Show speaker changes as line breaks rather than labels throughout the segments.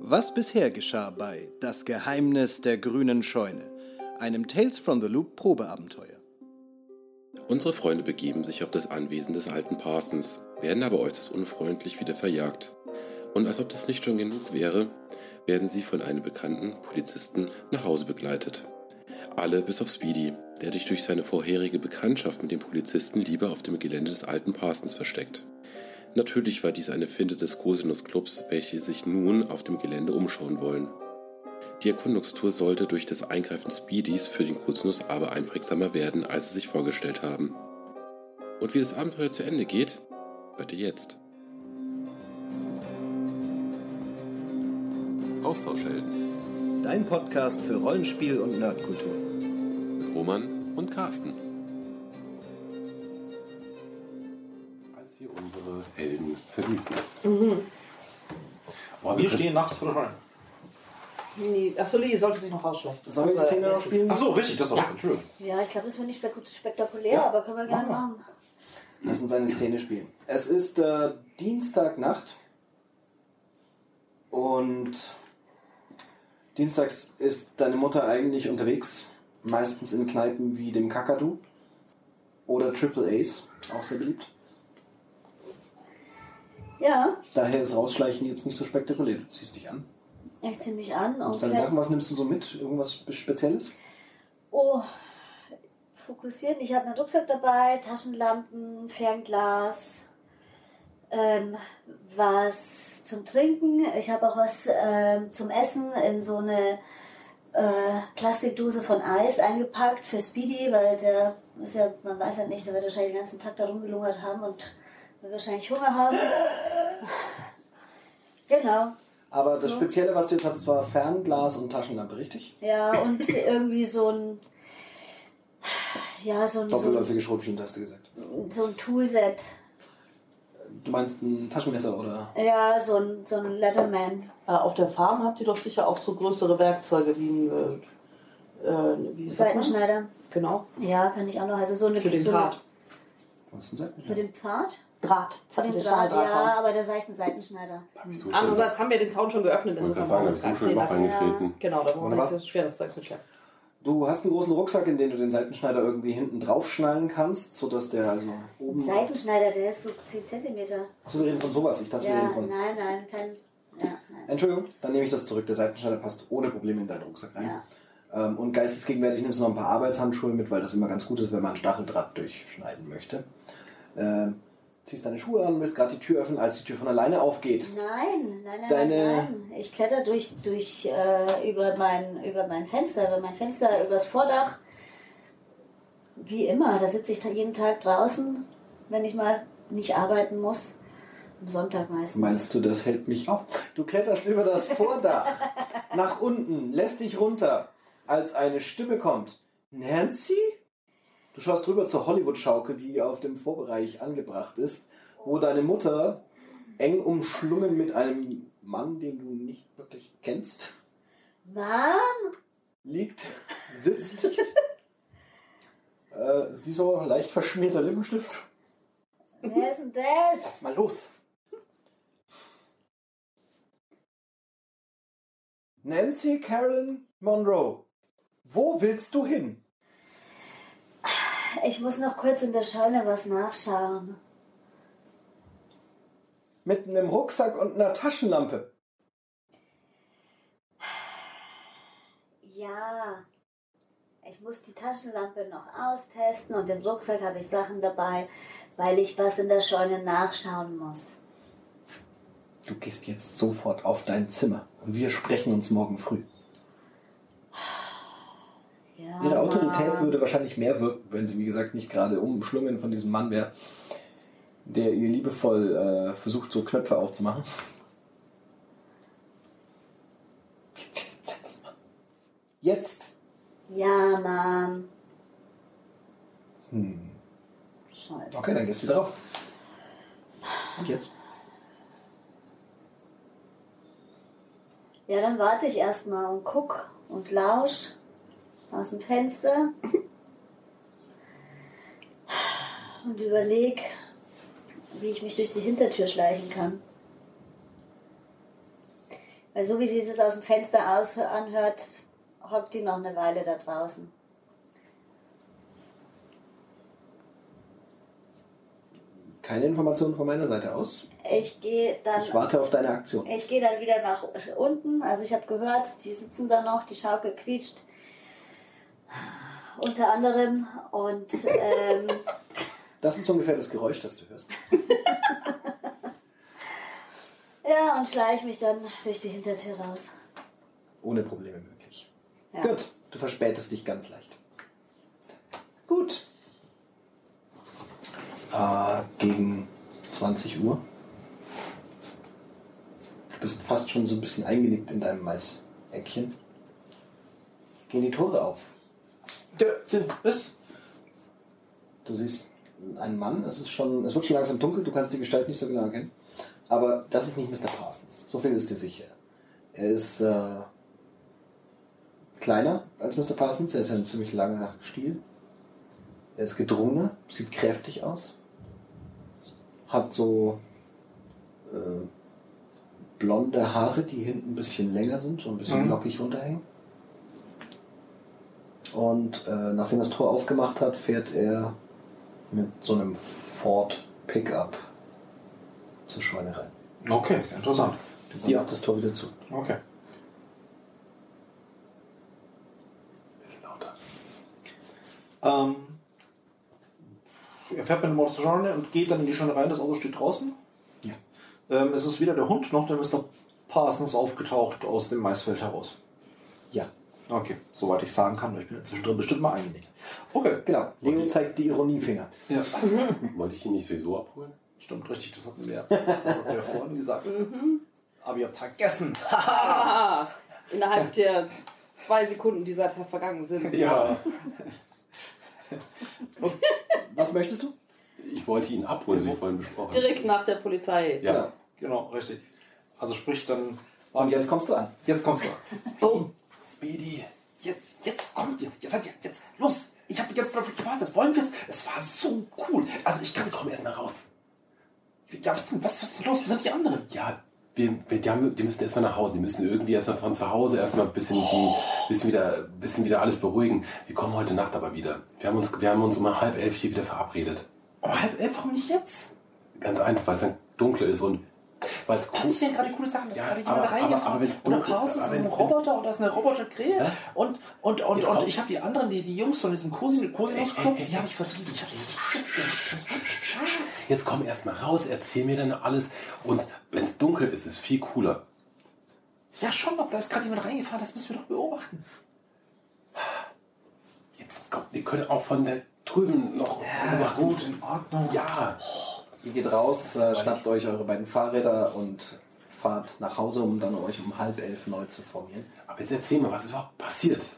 Was bisher geschah bei Das Geheimnis der grünen Scheune, einem Tales from the Loop Probeabenteuer.
Unsere Freunde begeben sich auf das Anwesen des alten Parsons, werden aber äußerst unfreundlich wieder verjagt. Und als ob das nicht schon genug wäre, werden sie von einem bekannten Polizisten nach Hause begleitet. Alle bis auf Speedy, der sich durch seine vorherige Bekanntschaft mit dem Polizisten lieber auf dem Gelände des alten Parsons versteckt. Natürlich war dies eine Finte des Cosinus-Clubs, welche sich nun auf dem Gelände umschauen wollen. Die Erkundungstour sollte durch das Eingreifen Speedys für den Cosinus aber einprägsamer werden, als sie sich vorgestellt haben. Und wie das Abenteuer zu Ende geht, hört ihr jetzt.
Austauschhelden
Dein Podcast für Rollenspiel und Nerdkultur.
mit Roman und Carsten. Als wir unsere Helden verließen. Boah,
Wir
wir stehen.
stehen nachts vor der Scheune.
Nee, achso, Lilly sollte sich noch rausschauen.
Sollen wir die Szene noch spielen?
Achso, richtig, das war das. Entschuldigung.
Ja, ich glaube, das wird nicht spek- spektakulär, aber können wir gerne machen.
Lass uns eine Szene spielen. Es ist äh, Dienstagnacht und dienstags ist deine Mutter eigentlich unterwegs, meistens in Kneipen wie dem Kakadu oder Triple Ace, auch sehr beliebt.
Ja,
Daher ist Rausschleichen jetzt nicht so spektakulär. Du ziehst dich an.
ich zieh mich an und
Nimmst deine Sachen, was nimmst du so mit? Irgendwas Spezielles?
oh, fokussieren. Ich habe meinen Rucksack dabei, Taschenlampen, Fernglas, ähm, was zum Trinken. Ich habe auch was ähm, zum Essen in so eine äh, Plastikdose von Eis eingepackt für Speedy, weil der ist ja, man weiß ja nicht, der wird wahrscheinlich den ganzen Tag da rumgelungert haben und wird wahrscheinlich Hunger haben. Genau.
Aber das
So.
Spezielle, was du jetzt hattest, war Fernglas und Taschenlampe, richtig?
Ja, und irgendwie so ein. Ja, so ein, so ein,
Doppelläufige Schrotflinte hast du gesagt.
so ein Toolset.
Du meinst ein Taschenmesser oder
Ja, so ein, so ein Letterman.
Äh, auf der Farm habt ihr doch sicher auch so größere Werkzeuge wie ein. Äh, äh, wie sagt man?
Seitenschneider.
Genau.
Ja, kann ich auch noch. Also so eine.
Für den
so eine-
Draht.
Was ist denn das?
Für den Pfad?
Draht.
Für den
Der
Draht,
Standarddraht
ja, aber das reicht ein Seitenschneider.
Andererseits haben wir den Zaun schon geöffnet,
Ich wollte
insofern
gerade sagen,
brauchen wir
das
das
ist so schön
gar
noch
nicht lassen.
reingetreten.
Genau, da brauchen wir
Wunderbar.
jetzt schweres Zeug mitschleppen.
Du hast einen großen Rucksack, in den du den Seitenschneider irgendwie hinten draufschnallen kannst, sodass der also oben.
Seitenschneider, der ist so 10 cm.
Achso, wir reden von sowas. Ich dachte, wir
Ja,
reden von.
nein, nein, kein. Ja, nein.
Entschuldigung, dann nehme ich das zurück. Der Seitenschneider passt ohne Probleme in deinen Rucksack rein. Ähm, und geistesgegenwärtig nimmst du noch ein paar Arbeitshandschuhe mit, weil das immer ganz gut ist, wenn man Stacheldraht durchschneiden möchte. Ähm, ziehst deine Schuhe an, willst gerade die Tür öffnen, als die Tür von alleine aufgeht.
Nein, nein, nein,
Deine-
nein, nein. Ich kletter durch, durch äh, über, mein, über mein Fenster, über mein Fenster, übers Vordach. Wie immer, da sitze ich ta- jeden Tag draußen, wenn ich mal nicht arbeiten muss. Am Sonntag meistens.
Meinst du, das hält mich auf? Du kletterst über das Vordach, nach unten, lässt dich runter, als eine Stimme kommt. Nancy? Du schaust rüber zur Hollywood-Schaukel, die auf dem Vorbereich angebracht ist, wo deine Mutter eng umschlungen mit einem Mann, den du nicht wirklich kennst,
Mom?
liegt, sitzt. äh, sie so leicht verschmierter Lippenstift.
Wer ist denn das?
Lass mal los. Nancy Carolyn Monroe, wo willst du hin?
Ich muss noch kurz in der Scheune was nachschauen.
Mit einem Rucksack und einer Taschenlampe.
Ja. Ich muss die Taschenlampe noch austesten und im Rucksack habe ich Sachen dabei, weil ich was in der Scheune nachschauen muss.
Du gehst jetzt sofort auf dein Zimmer und wir sprechen uns morgen früh.
Ja,
Ihre
Mom.
Autorität würde wahrscheinlich mehr wirken, wenn sie, wie gesagt, nicht gerade umschlungen von diesem Mann wäre, der ihr liebevoll äh, versucht, so Knöpfe aufzumachen. Jetzt!
Ja, Mom. Scheiße.
Okay, dann gehst du wieder rauf. Und jetzt?
Ja, dann warte ich erstmal und guck und lausch aus dem Fenster und überleg, wie ich mich durch die Hintertür schleichen kann. Weil so wie sie das aus dem Fenster aus anhört, hockt die noch eine Weile da draußen.
Keine Informationen von meiner Seite aus.
Ich gehe dann,
Ich warte auf deine Aktion.
ich gehe dann wieder nach unten. Also ich habe gehört, die sitzen da noch, die Schaukel quietscht. Unter anderem und ähm,
Das ist ungefähr das Geräusch, das du hörst.
ja und schleiche mich dann durch die Hintertür raus.
Ohne Probleme möglich.
Ja.
Gut, du verspätest dich ganz leicht. Gut. Äh, gegen 20 Uhr. Du bist fast schon so ein bisschen eingenickt in deinem Maisäckchen. Gehen die Tore auf. Was? Du siehst einen Mann, es, ist schon, es wird schon langsam dunkel, du kannst die Gestalt nicht so genau erkennen. Aber das ist nicht Mr. Parsons, so viel ist dir sicher. Er ist äh, kleiner als Mr. Parsons, er ist ein ziemlich langer Stiel. Er ist gedrungener, sieht kräftig aus. Hat so äh, blonde Haare, die hinten ein bisschen länger sind, so ein bisschen lockig runterhängen. Und äh, nachdem das Tor aufgemacht hat, fährt er mit so einem Ford Pickup zur Scheune rein.
Okay, ist ja interessant.
Dann macht das Tor wieder zu.
Okay. Ähm, er fährt mit dem Auto zur Scheune und geht dann in die Scheune rein. Das Auto steht draußen.
Ja.
Ähm, es ist weder der Hund noch der Mr. Parsons aufgetaucht aus dem Maisfeld heraus.
Ja,
Okay, soweit ich sagen kann, weil ich bin inzwischen drin bestimmt mal eingenickt. Okay,
genau. Leo zeigt die Ironiefinger.
ja.
Wollte ich ihn nicht sowieso abholen?
Stimmt, richtig, das hatten wir. Das hatten wir vorhin gesagt.
Mhm.
Aber ihr habt vergessen.
Ah, innerhalb der zwei Sekunden, die seither vergangen sind.
Ja.
Was möchtest du?
Ich wollte ihn abholen, wie vorhin besprochen.
Direkt nach der Polizei.
Ja.
Genau, richtig. Also sprich, dann...
Und jetzt kommst du an.
Jetzt kommst du. Oh, Speedy. Jetzt, jetzt kommt ihr. Jetzt seid ihr. Jetzt, los. Ich habe die ganze Zeit auf euch gewartet. Wollen wir jetzt? Es war so cool. Also ich kann kaum erst mal raus. Ja, was denn? Was, was denn los? Wo sind die anderen?
Ja, wir, wir, die, haben, die müssen erstmal nach Hause. Die müssen irgendwie erstmal von zu Hause erstmal ein bisschen, die, bisschen, wieder, bisschen wieder alles beruhigen. Wir kommen heute Nacht aber wieder. Wir haben uns, wir haben uns um halb elf hier wieder verabredet.
Oh, halb elf, warum nicht jetzt?
Ganz einfach, weil es dann dunkel ist und. Weil es
Das
cool-
ist ja gerade coole Sachen. Das
Ja,
ist gerade jemand
aber- aber- aber
reingefahren.
wenn's
Oder
dunkel-
draußen
aber
ist ein
wenn's-
Roboter oder ist eine Roboterkrähe.
Was?
Und, und, und,
Jetzt
und
kommt-
ich habe die anderen, die, die Jungs von diesem Cosin- Cosinus-Club,
Ey, ey, ey.
die habe ich vertrieben. Ich habe Schiss gemacht. Das macht Spaß.
Jetzt komm erstmal raus, erzähl mir dann alles. Und wenn es dunkel ist, ist viel cooler.
Ja, schon, aber da ist gerade jemand reingefahren. Das müssen wir doch beobachten.
Jetzt kommt, wir können auch von der drüben noch
Ja,
machen.
gut, in Ordnung.
Ja,
Ihr geht raus, äh, schnappt euch eure beiden Fahrräder und fahrt nach Hause, um dann euch um halb elf neu zu formieren.
aber jetzt erzähl mal, was ist überhaupt passiert?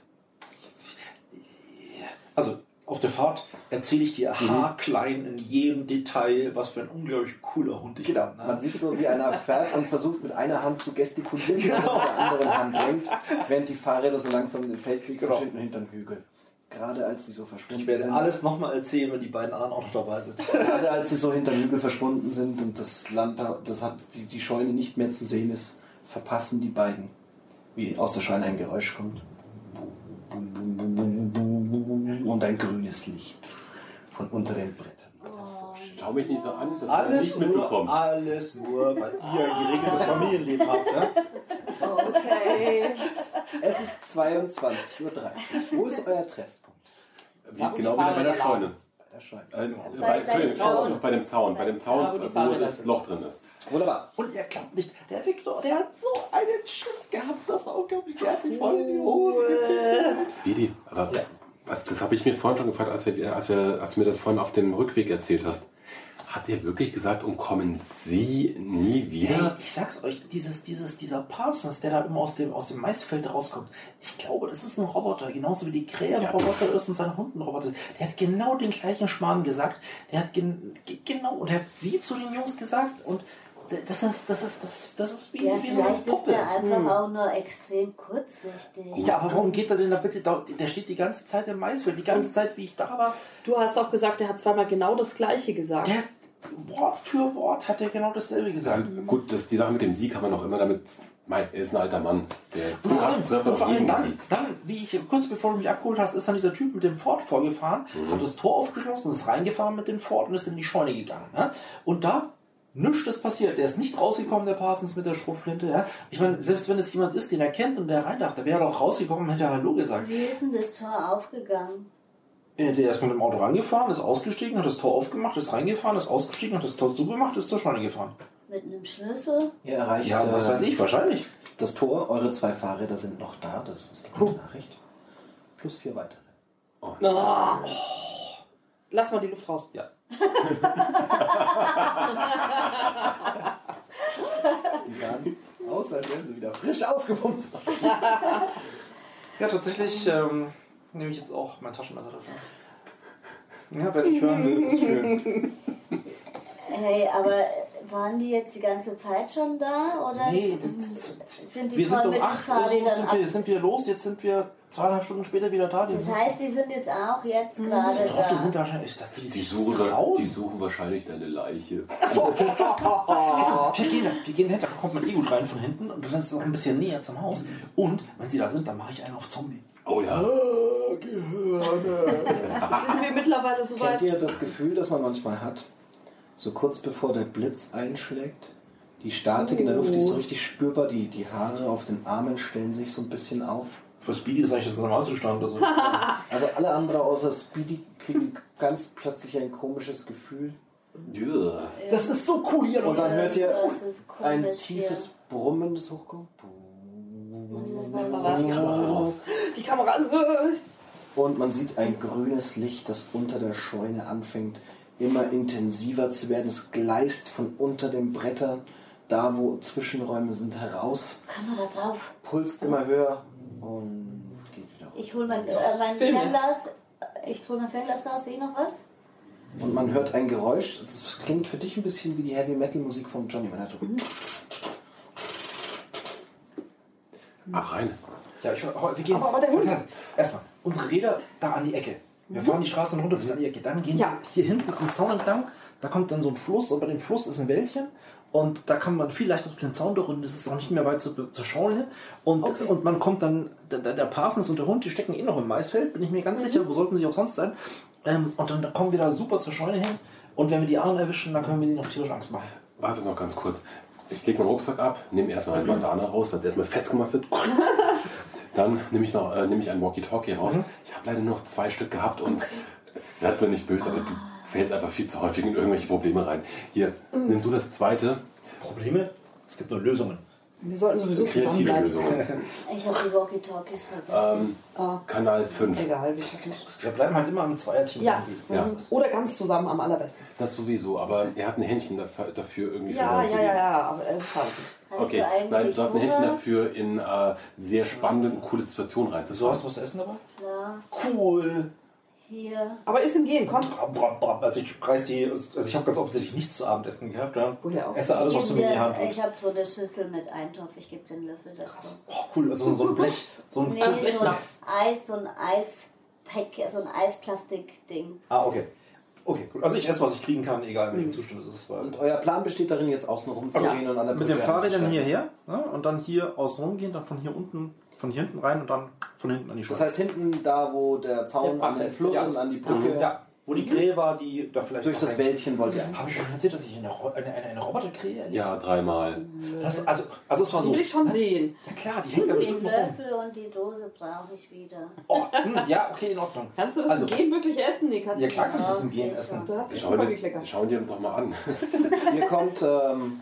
Also, auf der Fahrt erzähle ich dir haarklein in jedem Detail, was für ein unglaublich cooler Hund ich
Genau,
bin.
man
Ne?
sieht so, wie einer fährt und versucht mit einer Hand zu gestikulieren, während er mit der anderen Hand lenkt, während die Fahrräder so langsam in den Feldweg
Genau.
verschwinden hinterm Hügel. Gerade als sie so verschwunden
Ich werde
sind.
alles nochmal erzählen, wenn die beiden anderen auch noch dabei sind.
Gerade als sie so hinterm Hügel verschwunden sind und das Land, da- das hat die, die Scheune nicht mehr zu sehen ist, verpassen die beiden, wie aus der Scheune ein Geräusch kommt. Und ein grünes Licht von unter den Brettern.
Schau mich nicht so an, das hat er
Alles
nicht
nur,
mitbekommen.
alles nur, weil ihr ein geregeltes Familienleben habt. Ne?
Okay.
Es ist 22.30 Uhr. Wo ist euer Treffpunkt?
Wie, genau wieder bei der Scheune.
Bei der Scheune.
Äh,
bei
bei,
dem
Entschuldigung,
Zaun.
noch bei dem Zaun, bei dem Zaun,
Ja, wo die
wo
Fahrräder
das
sind.
Loch drin ist.
Wunderbar.
Und ihr glaubt nicht, der Viktor, der hat so einen Schiss gehabt, das war unglaublich. Der hat sich voll in die Hose gekriegt.
Speedy, aber was, das habe ich mir vorhin schon gefragt, als, wir, äh, als, wir, als du mir das vorhin auf dem Rückweg erzählt hast. Hat er wirklich gesagt, umkommen Sie nie
Hey,
wieder?
ich sag's euch, dieses, dieses, dieser Parsons, der da immer aus dem, aus dem Maisfeld rauskommt, ich glaube, das ist ein Roboter, genauso wie die Krähe ein Roboter ist und sein Hund ein Roboter ist. Der hat genau den gleichen Schmarrn gesagt. Der hat gen, ge- genau, und er hat sie zu den Jungs gesagt und d- das ist, das ist, das ist, das ist wie,
Ja,
wie so eine
vielleicht ist
Puppe. Hm.
der einfach auch nur extrem kurzsichtig.
Ja, aber warum geht er denn da bitte? Da, der steht die ganze Zeit im Maisfeld, die ganze Zeit, wie ich da war.
Du hast auch gesagt, er hat zweimal genau das Gleiche gesagt.
Der, Wort für Wort hat er genau dasselbe gesagt.
Also, gut, das, die Sache mit dem Sie kann man auch immer damit Mei, er ist ein alter Mann. Der
Vor allem,
früher hat man
vor
auf
allem
jeden
dann,
gesehen.
dann, wie ich kurz bevor du mich abgeholt hast, ist dann dieser Typ mit dem Ford vorgefahren, hat das Tor aufgeschlossen, ist reingefahren mit dem Ford und ist in die Scheune gegangen. Ne? Und da nichts ist passiert. Der ist nicht rausgekommen, der Parsons mit der Schrotflinte. Ja? Ich meine, selbst wenn es jemand ist, den er kennt und der rein darf, der wäre doch rausgekommen und hätte Hallo gesagt.
Wie ist denn das Tor aufgegangen?
Äh, Der ist mit dem Auto rangefahren, ist ausgestiegen, hat das Tor aufgemacht, ist reingefahren, ist ausgestiegen, hat das Tor zugemacht, ist zur Scheune gefahren.
Mit einem Schlüssel?
Ihr erreicht
Ja, was
äh,
weiß ich, wahrscheinlich.
das Tor. Eure zwei Fahrräder sind noch da. Das ist die gute Nachricht. Plus vier weitere.
Lass mal die Luft raus.
Ja. die sahen aus, als wären sie wieder frisch aufgepumpt.
Ja, tatsächlich ähm, nehme ich jetzt auch mein Taschenmesser dafür. Ja, werde ich hören will, ist schön.
Hey, aber waren die jetzt die ganze Zeit schon da oder
Nee,
s- sind die
wir
voll
sind um
mit den
8 Uhr so
Fahrrädern
sind wir,
ab?
sind wir los, jetzt sind wir zweieinhalb Stunden später wieder da. Die
Das
müssen-
heißt, die sind jetzt auch jetzt gerade
Hm, ich glaube, die
da.
sind wahrscheinlich, dass die, die
Die
sich
suchen,
das
wa-
trauen.
die suchen wahrscheinlich deine Leiche.
Wir gehen, wir gehen hinter, da kommt mein Ego rein von hinten und dann ist es noch ein bisschen näher zum Haus. Und wenn sie da sind, dann mache ich einen auf Zombie.
Oh ja.
Sind wir mittlerweile so
Kennt
weit?
ihr das Gefühl, das man manchmal hat? So kurz bevor der Blitz einschlägt, die Statik in der Luft die
Oh.
ist so richtig spürbar, die, die Haare auf den Armen stellen sich so ein bisschen auf.
Für Speedy ist eigentlich das Normalzustand. Also.
Also alle anderen außer Speedy kriegen ganz plötzlich ein komisches Gefühl.
Ja.
das ist so cool hier.
Und dann
Das
hört
ist-
ihr
das ist komisch
ein
hier.
tiefes Brummen, das hochkommt.
Das ist
Die Kamera.
Und man sieht ein grünes Licht, das unter der Scheune anfängt, immer intensiver zu werden. Es gleist von unter den Brettern, da wo Zwischenräume sind, heraus.
Kann man da drauf?
pulst immer höher und geht wieder hoch.
Ich hole mein, äh, mein Fernglas. Ich hole mein Fernglas raus. Sehe ich noch was?
Und man hört ein Geräusch, das klingt für dich ein bisschen wie die Heavy Metal Musik von Johnny, wenn er so.
Ab rein.
Ja, ich, wir gehen. Aber, der Hund. Mhm. Erstmal, unsere Räder da an die Ecke. Wir fahren die Straße runter bis an die Ecke. Dann gehen wir
Ja.
hier hinten am Zaun entlang. Da kommt dann so ein Fluss und bei dem Fluss ist ein Wäldchen. Und da kann man viel leichter durch den Zaun durch und es ist auch nicht mehr weit zu, zur Scheune. Und, und man kommt dann, der, der der Parsons und der Hund, die stecken eh noch im Maisfeld, bin ich mir ganz sicher, wo sollten sie auch sonst sein. Ähm, und dann kommen wir da super zur Scheune hin. Und wenn wir die anderen erwischen, dann können wir denen noch tierisch Angst machen.
Warte noch ganz kurz. Ich lege meinen Rucksack ab, nehme erstmal eine Bandana raus, weil sie erstmal festgemacht wird. Dann nehme ich noch äh, nehme ich einen Walkie-Talkie raus. Ich habe leider nur noch zwei Stück gehabt und seid mir nicht böse, aber du fällst einfach viel zu häufig in irgendwelche Probleme rein. Hier, nimm du das zweite.
Probleme? Es gibt nur Lösungen.
Wir sollten sowieso
Kreative
zusammenbleiben.
Lösungen.
Ich habe die Walkie-Talkies
Ah.
vergessen.
Ähm, Kanal 5.
Egal, wir schaffen es.
Wir bleiben halt immer im Zweierteam.
Ja.
irgendwie.
Ja.
Oder ganz zusammen am allerbesten.
Das sowieso, aber er hat ein Händchen dafür, dafür irgendwie
Ja, ja,
voranzugehen.
ja, ja. Aber es ist halt.
Hast
Okay,
du eigentlich
nein, du hast ein Händchen
Hunger?
dafür, in äh, sehr spannende und coole Situationen
So, hast
reinzufassen.
du was zu essen dabei?
Ja,
Cool.
hier.
Aber ist im Gehen, komm.
Bram, bram, bram. Also ich reiß die, also ich habe ganz offensichtlich nichts zu Abendessen gehabt. Ja.
Woher auch?
Esse alles, was du mir in die Hand
ich
drückst.
habe so eine Schüssel mit Eintopf. Ich gebe den Löffel dazu.
Oh, cool, also so ein Blech, so ein
Nee, so ein
Blechlauch.
Eis, so ein Eispack, so ein Eisplastik-Ding.
Ah, okay. Okay, gut. Also ich esse, was ich kriegen kann, egal
Mhm.
in welchem Zustand es ist. Weil
Und euer Plan besteht darin, jetzt außen
Also,
rumzugehen und an der
mit dem
Brücke
Fahrrädern
anzusteigen.
hierher ne? und dann hier außen rum gehen, dann von hier unten, von hier hinten rein und dann von hinten an die
Das
Straße.
heißt, hinten da, wo der
Der
Zaun
Bach
an den
ist,
Fluss
ja. Mhm.
und an die Brücke,
ja, wo die Krähe war, die da vielleicht...
durch das Wäldchen wollt ihr.
Habe ich schon erzählt, dass ich eine, Ro- eine, eine, eine Roboterkrähe erlebt
Ja, dreimal.
Das, also, also es war
Das
so...
will ich schon sehen.
Ja klar, die hängt da
Den
bestimmt noch rum.
Löffel und die Dose brauche ich wieder.
Oh, hm, ja, okay, in Ordnung.
Kannst du das
also,
im Gehen wirklich essen? Nee, kannst
Ja
du
klar kann ich das im
Ja,
Gehen
geht
essen.
schon.
Du hast dich
Schau
schon voll
dir,
gekleckert.
schau dir doch mal an.
Ihr kommt ähm,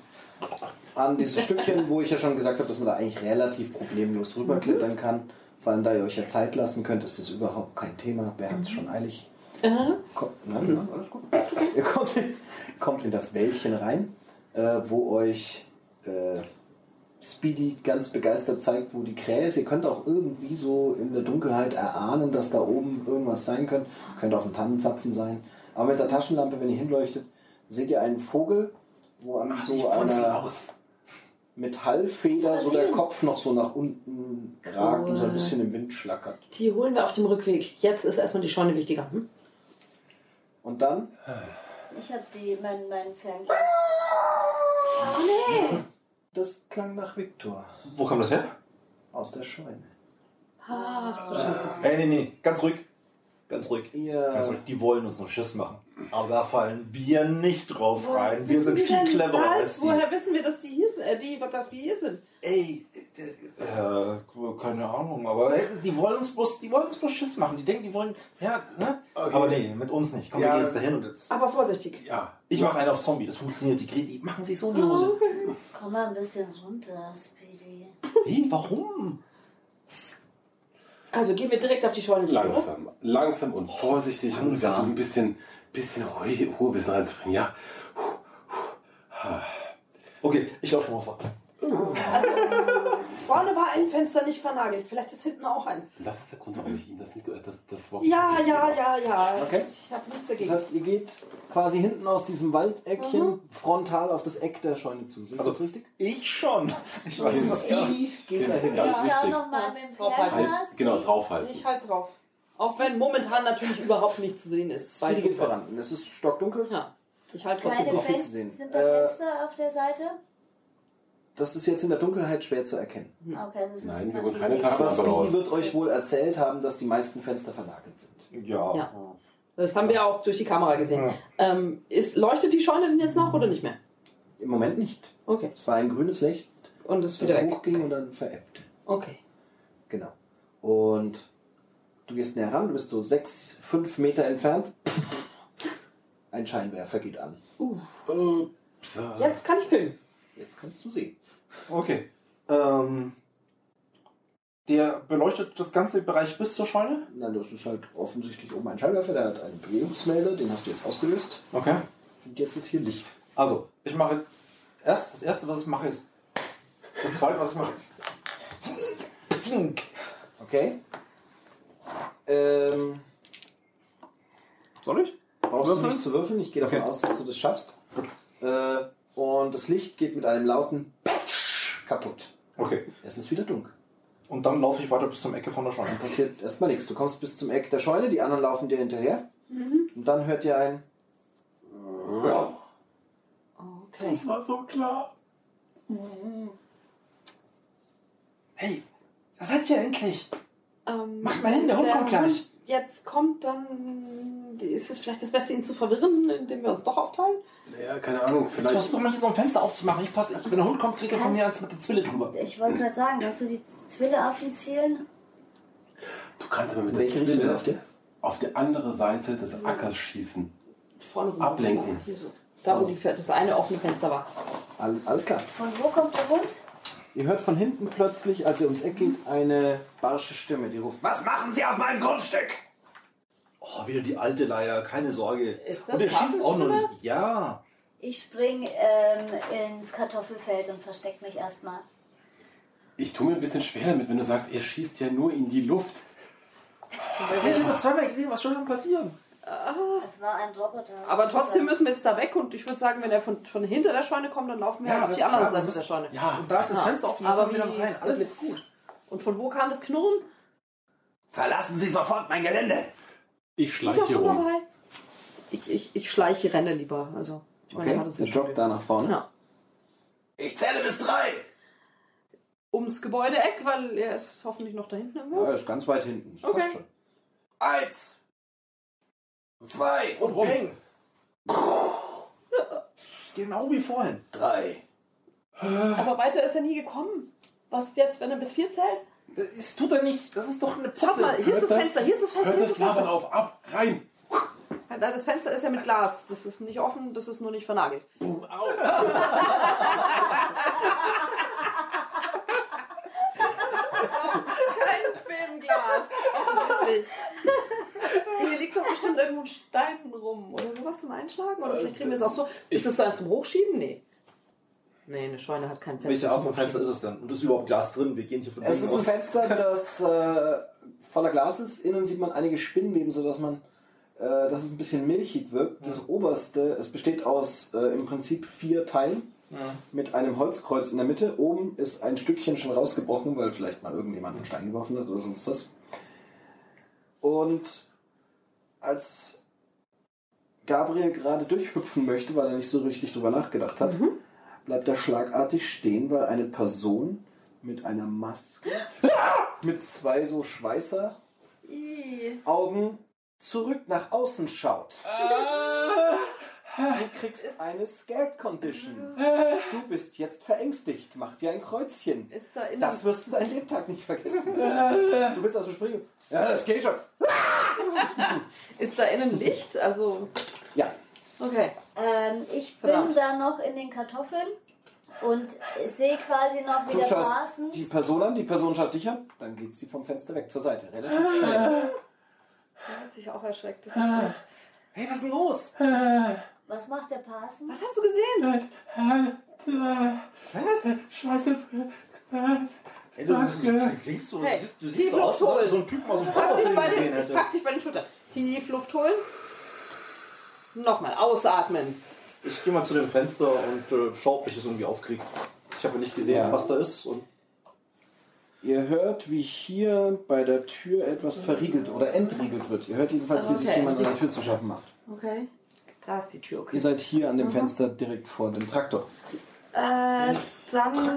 an Ähm, dieses Stückchen, wo ich ja schon gesagt habe, dass man da eigentlich relativ problemlos rüberklettern kann. Vor allem, da ihr euch ja Zeit lassen könnt, ist das überhaupt kein Thema. Wer hat es schon eilig? Kommt, ne, ne, alles gut. Ihr kommt in, kommt in das Wäldchen rein, äh, wo euch äh, Speedy ganz begeistert zeigt, wo die Krähe ist. Ihr könnt auch irgendwie so in der Dunkelheit erahnen, dass da oben irgendwas sein könnte. Könnte auch ein Tannenzapfen sein. Aber mit der Taschenlampe, wenn ihr hinleuchtet, seht ihr einen Vogel, wo an so
Äh,
einer Metallfeder so der Kopf noch so nach unten ragt und so ein bisschen im Wind schlackert.
Die holen wir auf dem Rückweg. Jetzt ist erstmal die Scheune wichtiger. Hm?
Und dann
Ich habe die, mein, mein Fernglas.
Das klang nach Viktor
Wo kam das her?
aus der Scheune.
Ey, Äh, nee, nee, ganz ruhig. Ganz ruhig.
Ja.
Ganz ruhig. Die wollen uns noch Schiss machen. Aber da fallen wir nicht drauf rein. Wir
Wissen
sind
die
viel
denn
cleverer
halt?
als die.
Woher wissen wir, dass die hier sind? Äh, die, dass wir hier sind?
Ey, äh, äh, keine Ahnung, aber äh, die wollen uns bloß, die wollen uns bloß Schiss machen. Die denken, die wollen, ja, ne? Aber nee, mit uns nicht. Komm,
Ja.
wir gehen jetzt dahin und jetzt.
Aber vorsichtig.
Ja,
Ich mache einen auf Zombie, das funktioniert. Die, die machen sich so in die
Oh.
Hose.
Komm mal ein bisschen runter, Speedy.
Wie? Warum?
Also gehen wir direkt auf die Scheune zu. oder?
langsam. Langsam und vorsichtig und
Langsam.
versuchen ein bisschen, bisschen Ruhe, Ruhe ein bisschen reinzubringen. Ja,
Okay, ich laufe mal vor.
Oh, Vorne war ein Fenster nicht vernagelt. Vielleicht ist hinten auch eins.
das ist der Grund, warum ich ihm das, Mikro- äh, das, das Wort.
Ja, ja, ja, ja.
Okay.
Ich habe nichts
Das
dagegen.
heißt, ihr geht quasi hinten aus diesem Waldeckchen frontal auf das Eck der Scheune zu. Ist das richtig?
Ich schon. Ich weiß nicht, was
Speedy geht dahin.
Ganz
Ich schau
wichtig.
nochmal mit dem
Draufhalten.
Fernglas.
Halt, genau, draufhalten.
ich halt drauf. Auch wenn momentan natürlich überhaupt nichts zu sehen ist.
Speedy geht voran. Und Es ist stockdunkel.
Ja. Ich halt drauf.
Keine
noch viel zu
Fenster.
sehen.
Sind
Äh,
da Fenster auf der Seite?
Das ist jetzt in der Dunkelheit schwer zu erkennen.
Okay, das ist
Nein, wir
man
wollen
sieht
keine
nicht.
Taschen
Aber
Aber raus.
Speedy wird euch wohl erzählt haben, dass die meisten Fenster vernagelt sind.
ich. Ja.
Ja. Das haben wir auch durch die Kamera gesehen. Ähm, ist, leuchtet die Scheune denn jetzt noch oder nicht mehr?
Im Moment nicht.
Okay.
Es war ein grünes Licht,
Und ist wieder
das
weg.
hochging und dann veräppte.
Okay.
Genau. Und du gehst näher ran, du bist so sechs, fünf Meter entfernt. Ein Scheinwerfer geht an.
Jetzt kann ich filmen.
Jetzt kannst du sehen.
Okay. Ähm, der beleuchtet das ganze Bereich bis zur Scheune.
Na, das ist halt offensichtlich oben ein Scheinwerfer, der hat einen Bewegungsmelder, den hast du jetzt ausgelöst.
Okay.
Und jetzt ist hier Licht.
Also, ich mache erst das erste, was ich mache, ist. Das zweite, was ich mache, ist. Tink.
Okay? Ähm,
Soll ich?
brauchst du nicht zu würfeln, ich gehe davon
Okay.
aus, dass du das schaffst. Äh, und das Licht geht mit einem lauten Patsch kaputt.
Okay.
Es ist wieder dunkel.
Und dann laufe ich weiter bis zum Ecke von der Scheune.
passiert erstmal nichts. Du kommst bis zum Eck der Scheune, die anderen laufen dir hinterher.
Mhm.
Und dann hört ihr ein.
Okay.
Das war so klar.
Hey, da seid ihr endlich!
Ähm,
Macht mal hin, der Hund kommt gleich.
Jetzt kommt dann. Ist es vielleicht das Beste, ihn zu verwirren, indem wir uns doch aufteilen?
Ja, keine Ahnung.
Jetzt
Vielleicht.
versuch mal hier so ein Fenster aufzumachen. Ich passe, wenn der Hund kommt, kriegt er von mir eins mit der Zwille drüber.
Ich wollte gerade sagen, hast du die Zwille auf den Zielen?
Du kannst aber mit
Welche
der
Richtung
Zwille
läuft ihr?
auf die andere Seite des Ackers schießen.
Vorne rum.
Ablenken.
Hier so. Da, wo die, das eine offene Fenster war.
All- Alles klar.
Von wo kommt der Hund?
Ihr hört von hinten plötzlich, als ihr ums Eck geht, eine barsche Stimme, die ruft.
Was machen Sie auf meinem Grundstück? Oh, wieder die alte Leier, keine Sorge.
Ist das
Und der schießt
Parsons
auch
Stimme?
noch. Ja.
Ich spring ähm, ins Kartoffelfeld und versteck mich erstmal.
Ich tue mir ein bisschen schwer damit, wenn du sagst, er schießt ja nur in die Luft.
Seht ihr das zweimal gesehen? Was soll denn passieren?
Es war ein Roboter.
Aber trotzdem müssen wir jetzt da weg und ich würde sagen, wenn er von, von hinter der Scheune kommt, dann laufen wir
Ja,
halt
das
auf die
ist
andere
klar,
Seite
das
der
ist-
Scheune.
Ja,
Und da ist das Fenster offen, da
Aber
kommen wir
wie-
wieder rein. Alles
das
ist
ist
gut.
Und von wo kam das Knurren?
Verlassen Sie sofort mein Gelände!
ich
Sind doch
schleiche
schon
rum.
dabei. Ich, ich, ich schleiche, renne lieber. Also, ich meine,
Okay,
hat uns
der
ja schon
joggt da nach vorne.
Ja.
Ich zähle bis drei!
ums Gebäudeeck, weil er ist hoffentlich noch da hinten irgendwo.
Ja, ist ganz weit hinten. Das
Okay.
passt schon.
Eins! Zwei! Und
rum.
peng! Genau wie vorhin.
Drei.
Aber weiter ist er nie gekommen. Was jetzt, wenn er bis vier zählt?
Das tut er nicht. Das ist doch eine
Schaut mal, hier ist das Fenster, hier ist das Fenster,
Hört
hier ist
das
das
Labern
Fenster.
auf, ab, rein.
Nein, Das Fenster ist ja mit Glas. Das ist nicht offen, das ist nur nicht vernagelt.
Boom, au.
Das ist auch kein Filmglas. Offensichtlich. Hier liegt doch bestimmt irgendwo ein Stein rum oder sowas zum Einschlagen. Oder vielleicht kriegen wir es auch so. Ist das so eins zum Hochschieben? Nee. Nee, eine Scheune hat kein Fenster.
Welche
zum
Art von Fenster
Hochschieben.
ist es denn? Und ist überhaupt Glas drin? Wir gehen hier von
Es
hinten
ist ein
aus.
Fenster, das äh, voller Glas ist. Innen sieht man einige Spinnenweben, sodass man, äh, dass es ein bisschen milchig wirkt. Das oberste, es besteht aus äh, im Prinzip vier Teilen mit einem Holzkreuz in der Mitte. Oben ist ein Stückchen schon rausgebrochen, weil vielleicht mal irgendjemand einen Stein geworfen hat oder sonst was. Und als Gabriel gerade durchhüpfen möchte, weil er nicht so richtig drüber nachgedacht hat,
bleibt er schlagartig stehen, weil eine Person mit einer Maske, mit zwei so Schweißer Augen zurück nach außen schaut. Du kriegst eine Scared Condition. Du bist jetzt verängstigt. Mach dir ein Kreuzchen.
Ah. Ist da in-
das wirst du deinen Lebtag nicht vergessen. Du willst also springen. Ja, das geht schon.
Ist da innen Licht? Also,
Ja,
okay.
Ähm, ich bin
Verdammt.
da noch in den Kartoffeln und sehe quasi noch, wie
Du
der
schaust die
Parsons.
Person an, die Person schaut dich an, dann geht sie vom Fenster weg zur Seite. Relativ schnell.
Er hat sich auch erschreckt. Das ist
Ah.
gut.
Hey, was ist denn los?
Was macht der Parsons?
Was hast du gesehen?
Ey, du, du klingst so,
Hey,
du siehst, du
die
siehst so aus, als ob du
Luftholen.
so einen Typen aus dem
Pack dich,
Horrorfilm
bei
gesehen
den, ich pack
hättest.
dich bei den Schultern. Tief Luft holen. Nochmal ausatmen.
Ich gehe mal zu dem Fenster und äh, schau, ob ich es irgendwie aufkriege. Ich habe nicht gesehen,
Ja.
was da ist. Und
Ihr hört, wie hier bei der Tür etwas verriegelt oder entriegelt wird. Ihr hört jedenfalls, wie sich
Okay.
jemand an der Tür zu schaffen macht.
Okay. Da ist die Tür, okay.
Ihr seid hier an dem
Mhm.
Fenster direkt vor dem Traktor.
Äh, dann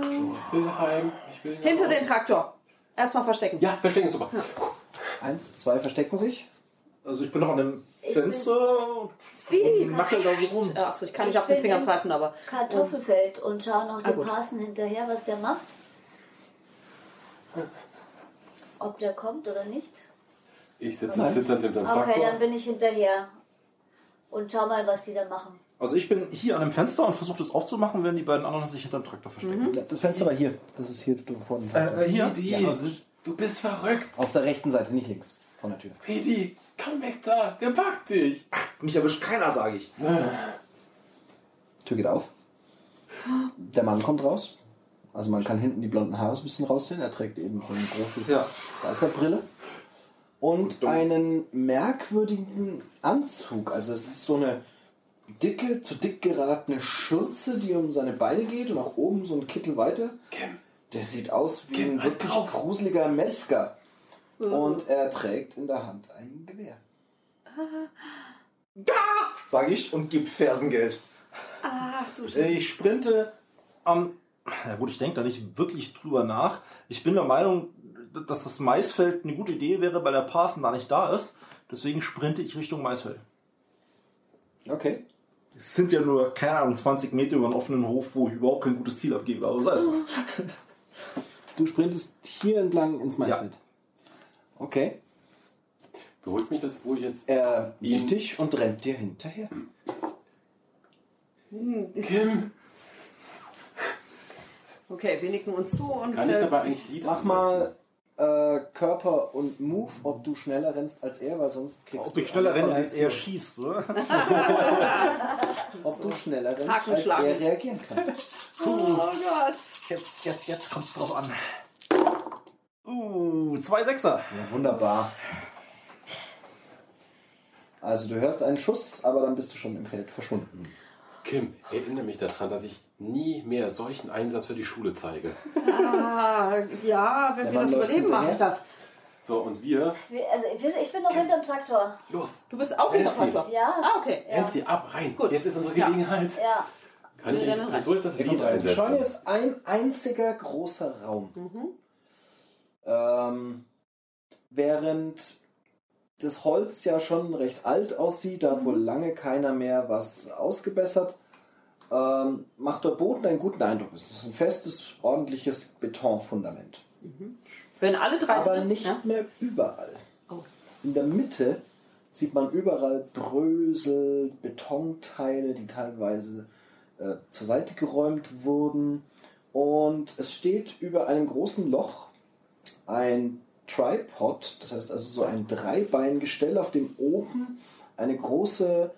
Ich will heim. Ich will
hinter den Traktor. Erstmal verstecken.
Ja, verstecken ist super.
Eins, zwei verstecken sich.
also ich bin noch an dem Fenster und
Speedy
mackel da so rum.
Achso, ich kann nicht
Ich
auf den
bin
Finger
im-
pfeifen, aber.
Kartoffelfeld und schaue noch dem
gut.
Parson hinterher, was der macht. Ob der kommt oder nicht.
Ich sitze zitternd hinter dem Traktor.
Okay, dann bin ich hinterher und schau mal, was die da machen.
Also ich bin hier an dem Fenster und versuche das aufzumachen, während die beiden anderen sich hinterm Traktor verstecken.
Ja, Das Fenster war hier. Das ist hier vor dem Traktor.
Äh, hier?
Die,
Ja, also ich-
du bist verrückt.
Auf der rechten Seite, nicht links. Von der Tür.
Edi, komm weg da. Der packt dich.
mich erwischt keiner, sage ich.
Tür geht auf. Der Mann kommt raus. Also man kann hinten die blonden Haare so ein bisschen rausziehen. Er trägt eben so eine große
Ja.
Schweißerbrille. Und einen merkwürdigen Anzug. Also es ist so eine dicke, zu dick geratene Schürze, die um seine Beine geht und nach oben so ein Kittel weiter.
Kim.
Der sieht aus wie ein
Geh mal
wirklich
drauf.
gruseliger Metzger. Und er trägt in der Hand ein Gewehr.
Sage ich und gebe Fersengeld.
Ach du Scheiße.
Äh, Ich sprinte am. Na gut, ich denke da nicht wirklich drüber nach. Ich bin der Meinung, dass das Maisfeld eine gute Idee wäre, weil der Parson da nicht da ist. Deswegen sprinte ich Richtung Maisfeld.
Okay.
Es sind ja nur, keine Ahnung, 20 Meter über einen offenen Hof, wo ich überhaupt kein gutes Ziel abgebe. Aber sei es.
Du sprintest hier entlang ins Maisfeld. Okay.
Beruhigt mich das, wo ich jetzt...
Hm.
Er sieht dich und rennt dir hinterher.
Kim,
Okay, wir nicken uns zu und. äh,
kann ich dabei eigentlich Lieder
Mach mal äh, Körper und Move, ob du schneller rennst als er, weil sonst kriegst
Ob
du.
ich schneller
andere
renne, als er
Konditionen.
schießt, oder?
Ob du schneller rennst, als
Hakenschlag.
er reagieren kann.
oh Gott.
Jetzt, jetzt, jetzt kommt's drauf an. Uh, zwei Sechser.
Ja, wunderbar. Also du hörst einen Schuss, aber dann bist du schon im Feld verschwunden.
Kim, erinnere mich daran, dass ich nie mehr solchen Einsatz für die Schule zeige.
Ah, ja, wenn wir
Mann
das
läuft
überleben, mache ich
hinterher.
das.
So, und wir...
Wir- Also, wir sind- ich bin noch hinterm Traktor.
Los,
Du bist auch wieder
Nancy.
Traktor.
Ja.
Ah, okay.
Nancy, ab, rein.
Gut.
Jetzt ist unsere
Ja.
Gelegenheit.
Ja.
Kann ich
Wir rennen
eigentlich...
rein.
Soll ich das Lied
Genau, Die
einsetzen?
Scheune ist ein einziger großer Raum. Ähm, während das Holz ja schon recht alt aussieht, da hat wohl lange keiner mehr was ausgebessert, ähm, macht der Boden einen guten Eindruck. Es ist ein festes, ordentliches Betonfundament.
Wenn alle drei
Aber
drin-
nicht
Ja?
mehr überall.
Oh.
In der Mitte sieht man überall Brösel, Betonteile, die teilweise äh, zur Seite geräumt wurden. Und es steht über einem großen Loch ein Tripod, das heißt also so ein Dreibeingestell, auf dem oben eine große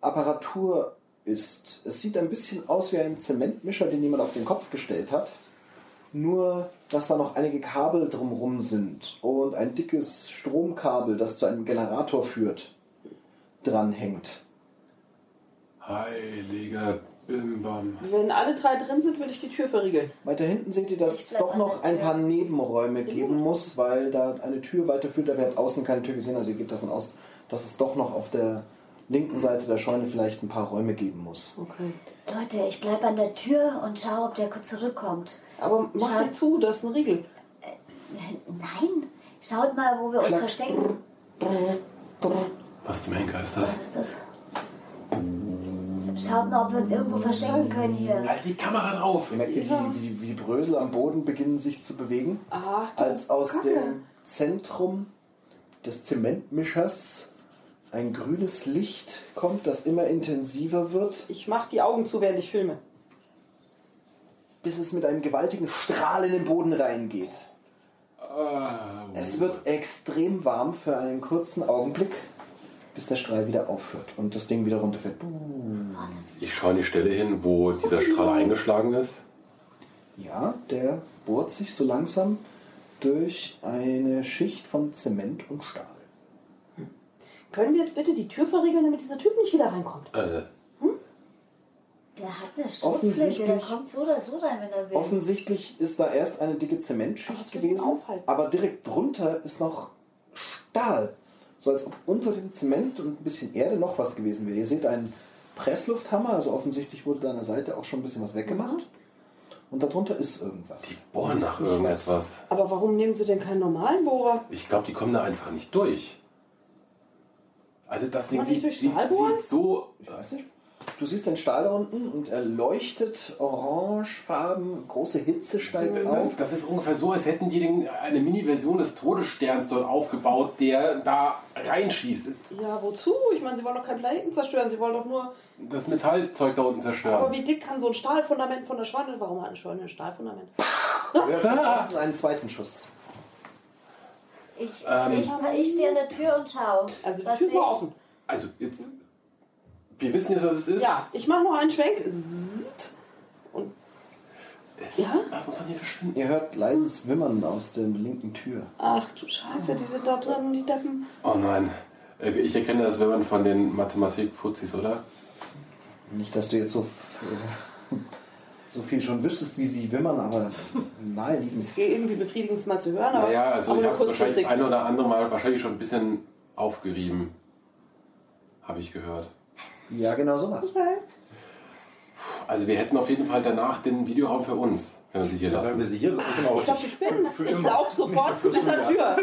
Apparatur ist. Es sieht ein bisschen aus wie ein Zementmischer, den jemand auf den Kopf gestellt hat. Nur, dass da noch einige Kabel drumrum sind und ein dickes Stromkabel, das zu einem Generator führt, dranhängt.
Heiliger Bimbam.
Wenn alle drei drin sind, will ich die Tür verriegeln.
Weiter hinten seht ihr, dass es
Ich bleib
doch
an
noch
der
ein
Tür.
paar Nebenräume geben muss, weil da eine Tür weiterführt, aber ihr habt außen keine Tür gesehen, also ihr geht davon aus, dass es doch noch auf der
linken Seite der Scheune vielleicht ein paar Räume geben muss.
Okay.
Leute, ich bleib an der Tür und schau, ob der zurückkommt.
Aber mach
Schade.
sie zu, da ist ein Riegel.
Nein, schaut mal, wo wir uns verstecken.
Was zum Henker ist das?
Was ist das? Schaut mal, ob wir uns irgendwo verstecken können hier.
Halt die Kamera drauf!
Ihr merkt, wie, die- wie, die- wie die Brösel am Boden beginnen sich zu bewegen.
Ach, du
als aus
Kacke.
dem Zentrum des Zementmischers ein grünes Licht kommt, das immer intensiver wird,
Ich mach die Augen zu, während ich filme.
bis es mit einem gewaltigen Strahl in den Boden reingeht. Es wird extrem warm für einen kurzen Augenblick, bis der Strahl wieder aufhört und das Ding wieder runterfällt.
Ich schaue an die Stelle hin, wo dieser Strahl eingeschlagen ist.
Ja, der bohrt sich so langsam durch eine Schicht von Zement und Stahl.
Können wir jetzt bitte die Tür verriegeln, damit dieser Typ nicht wieder reinkommt?
Äh,
Der hat eine Schrupfläche,
Offensichtlich-
der kommt so oder so rein, wenn er will.
Offensichtlich ist da erst eine dicke Zementschicht
wird
gewesen,
ihn aufhalten.
aber direkt drunter ist noch Stahl. So als ob unter dem Zement und ein bisschen Erde noch was gewesen wäre. Ihr seht einen Presslufthammer, also offensichtlich wurde da an der Seite auch schon ein bisschen was weggemacht. Und darunter ist irgendwas.
die bohren nach irgendetwas.
Aber warum nehmen sie denn keinen normalen Bohrer?
Ich glaube, die kommen da einfach nicht durch. Also das Ding
man nicht
sieht,
durch
sieht,
Stahl bohren?
sieht so...
Ich weiß nicht. Du siehst den Stahl da unten und er leuchtet orangefarben, große Hitze
Äh,
steigt auf.
Das, das ist ungefähr so, als hätten die den, eine Mini-Version des Todessterns dort aufgebaut, der da reinschießt. Das-
Ja, wozu? Ich meine, sie wollen doch keinen Planeten zerstören, sie wollen doch nur.
Das Metallzeug da unten
Aber
zerstören.
wie dick kann so ein Stahlfundament von der Scheune? Warum hat eine Scheune ein Stahlfundament?
Wir von außen einen zweiten Schuss.
Ich, ich, ich, ich stehe an der Tür und schau.
Also die
Was
Tür
sehe ich?
war offen.
Also jetzt... Wir wissen jetzt, was es ist.
Ja, ich mache noch einen Schwenk. Zzt. Und. Ja?
Lass uns von hier verschwinden.
Ihr hört leises Wimmern aus der linken Tür.
Ach du Scheiße, die sind da drin, die Deppen.
Oh nein. Äh, Ich erkenne das, wenn man von den Mathematik-Putzis, oder?
Nicht, dass du jetzt so, äh, so viel schon wüsstest, wie sie wimmern, aber nein.
Es ist eh irgendwie befriedigend, es mal zu hören. Aber,
Naja, also
aber
ich
nur
habe es wahrscheinlich
kurzfristig.
das eine oder andere Mal wahrscheinlich schon ein bisschen aufgerieben. Habe ich gehört.
Ja, genau sowas.
Okay.
Also wir hätten auf jeden Fall danach den Videoraum für uns, wenn wir sie hier
Wenn wir
lassen.
sie hier genau,
Ich glaube, du spinnst.
für
Ich
immer.
laufe sofort zu dieser Tür.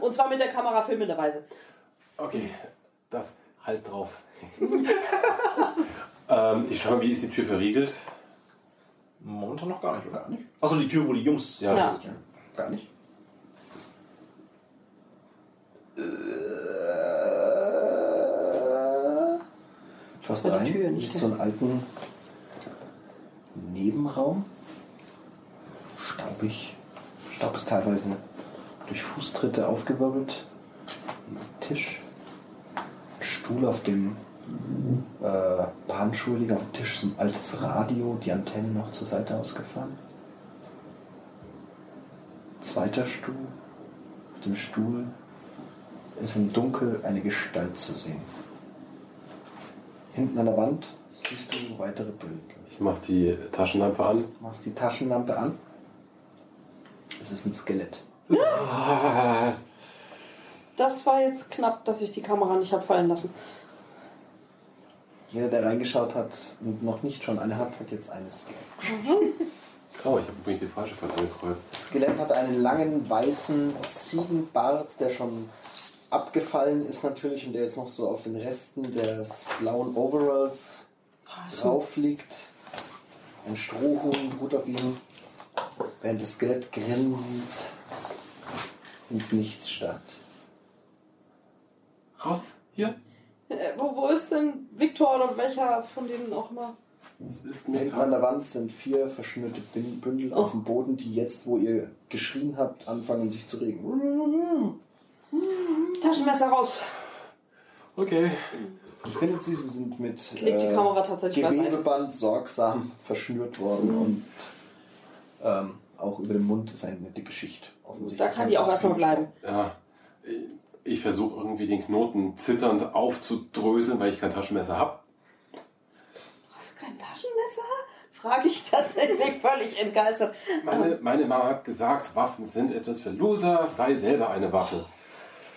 Und zwar mit der Kamera filmenderweise.
Okay, das halt drauf. ähm, ich schaue mal, wie ist die Tür verriegelt.
Momentan noch gar nicht, oder? Achso, die Tür, wo die Jungs.
Ja.
Ja.
Gar nicht.
Äh,
Schaust
war die
rein,
Tür, nicht
siehst
der-
so einen alten Nebenraum. Staubig. Staub ist teilweise durch Fußtritte aufgewirbelt. Ein Tisch. Ein Stuhl auf dem äh, ein paar Handschuhe liegen auf dem Tisch. So ein altes Radio. Die Antenne noch zur Seite ausgefahren. Zweiter Stuhl. Auf dem Stuhl ist im Dunkel eine Gestalt zu sehen. Hinten an der Wand siehst du weitere Bilder.
Ich mache die Taschenlampe an.
Du machst die Taschenlampe an. Es ist ein Skelett.
Das war jetzt knapp, dass ich die Kamera nicht habe fallen lassen.
Jeder, der reingeschaut hat und noch nicht schon eine hat, hat jetzt eines.
Oh, ich habe übrigens die falsche Fall angekreuzt.
Das Skelett hat einen langen weißen Ziegenbart, der schon abgefallen ist natürlich und der jetzt noch so auf den Resten des blauen Overalls
Ah,
drauf liegt. Ein Strohhuhn ruht auf ihm, während das Skelett grinsend ins Nichts starrt.
Raus, hier.
Äh, wo, wo ist denn Viktor oder welcher von denen auch immer?
Das ist mir
Hinten an
gerade.
der Wand sind vier verschnürte Bin- Bündel auf dem Boden, die jetzt, wo ihr geschrien habt, anfangen sich zu regen.
Taschenmesser raus.
Okay.
Ich finde, sie sind mit
Leg
Äh,
die Kamera tatsächlich beiseite.
Gewebeband sorgsam verschnürt worden und ähm, auch über dem Mund ist eine dicke Schicht.
Da
Offensichtlich
kann die auch
haben sie
erstmal
es viel
bleiben.
Ja, ich- ich versuche irgendwie den Knoten zitternd aufzudröseln, weil ich kein Taschenmesser habe.
Hast du kein Taschenmesser? Frage ich tatsächlich völlig entgeistert.
Meine, meine Mama hat gesagt, Waffen sind etwas für Loser, sei selber eine Waffe.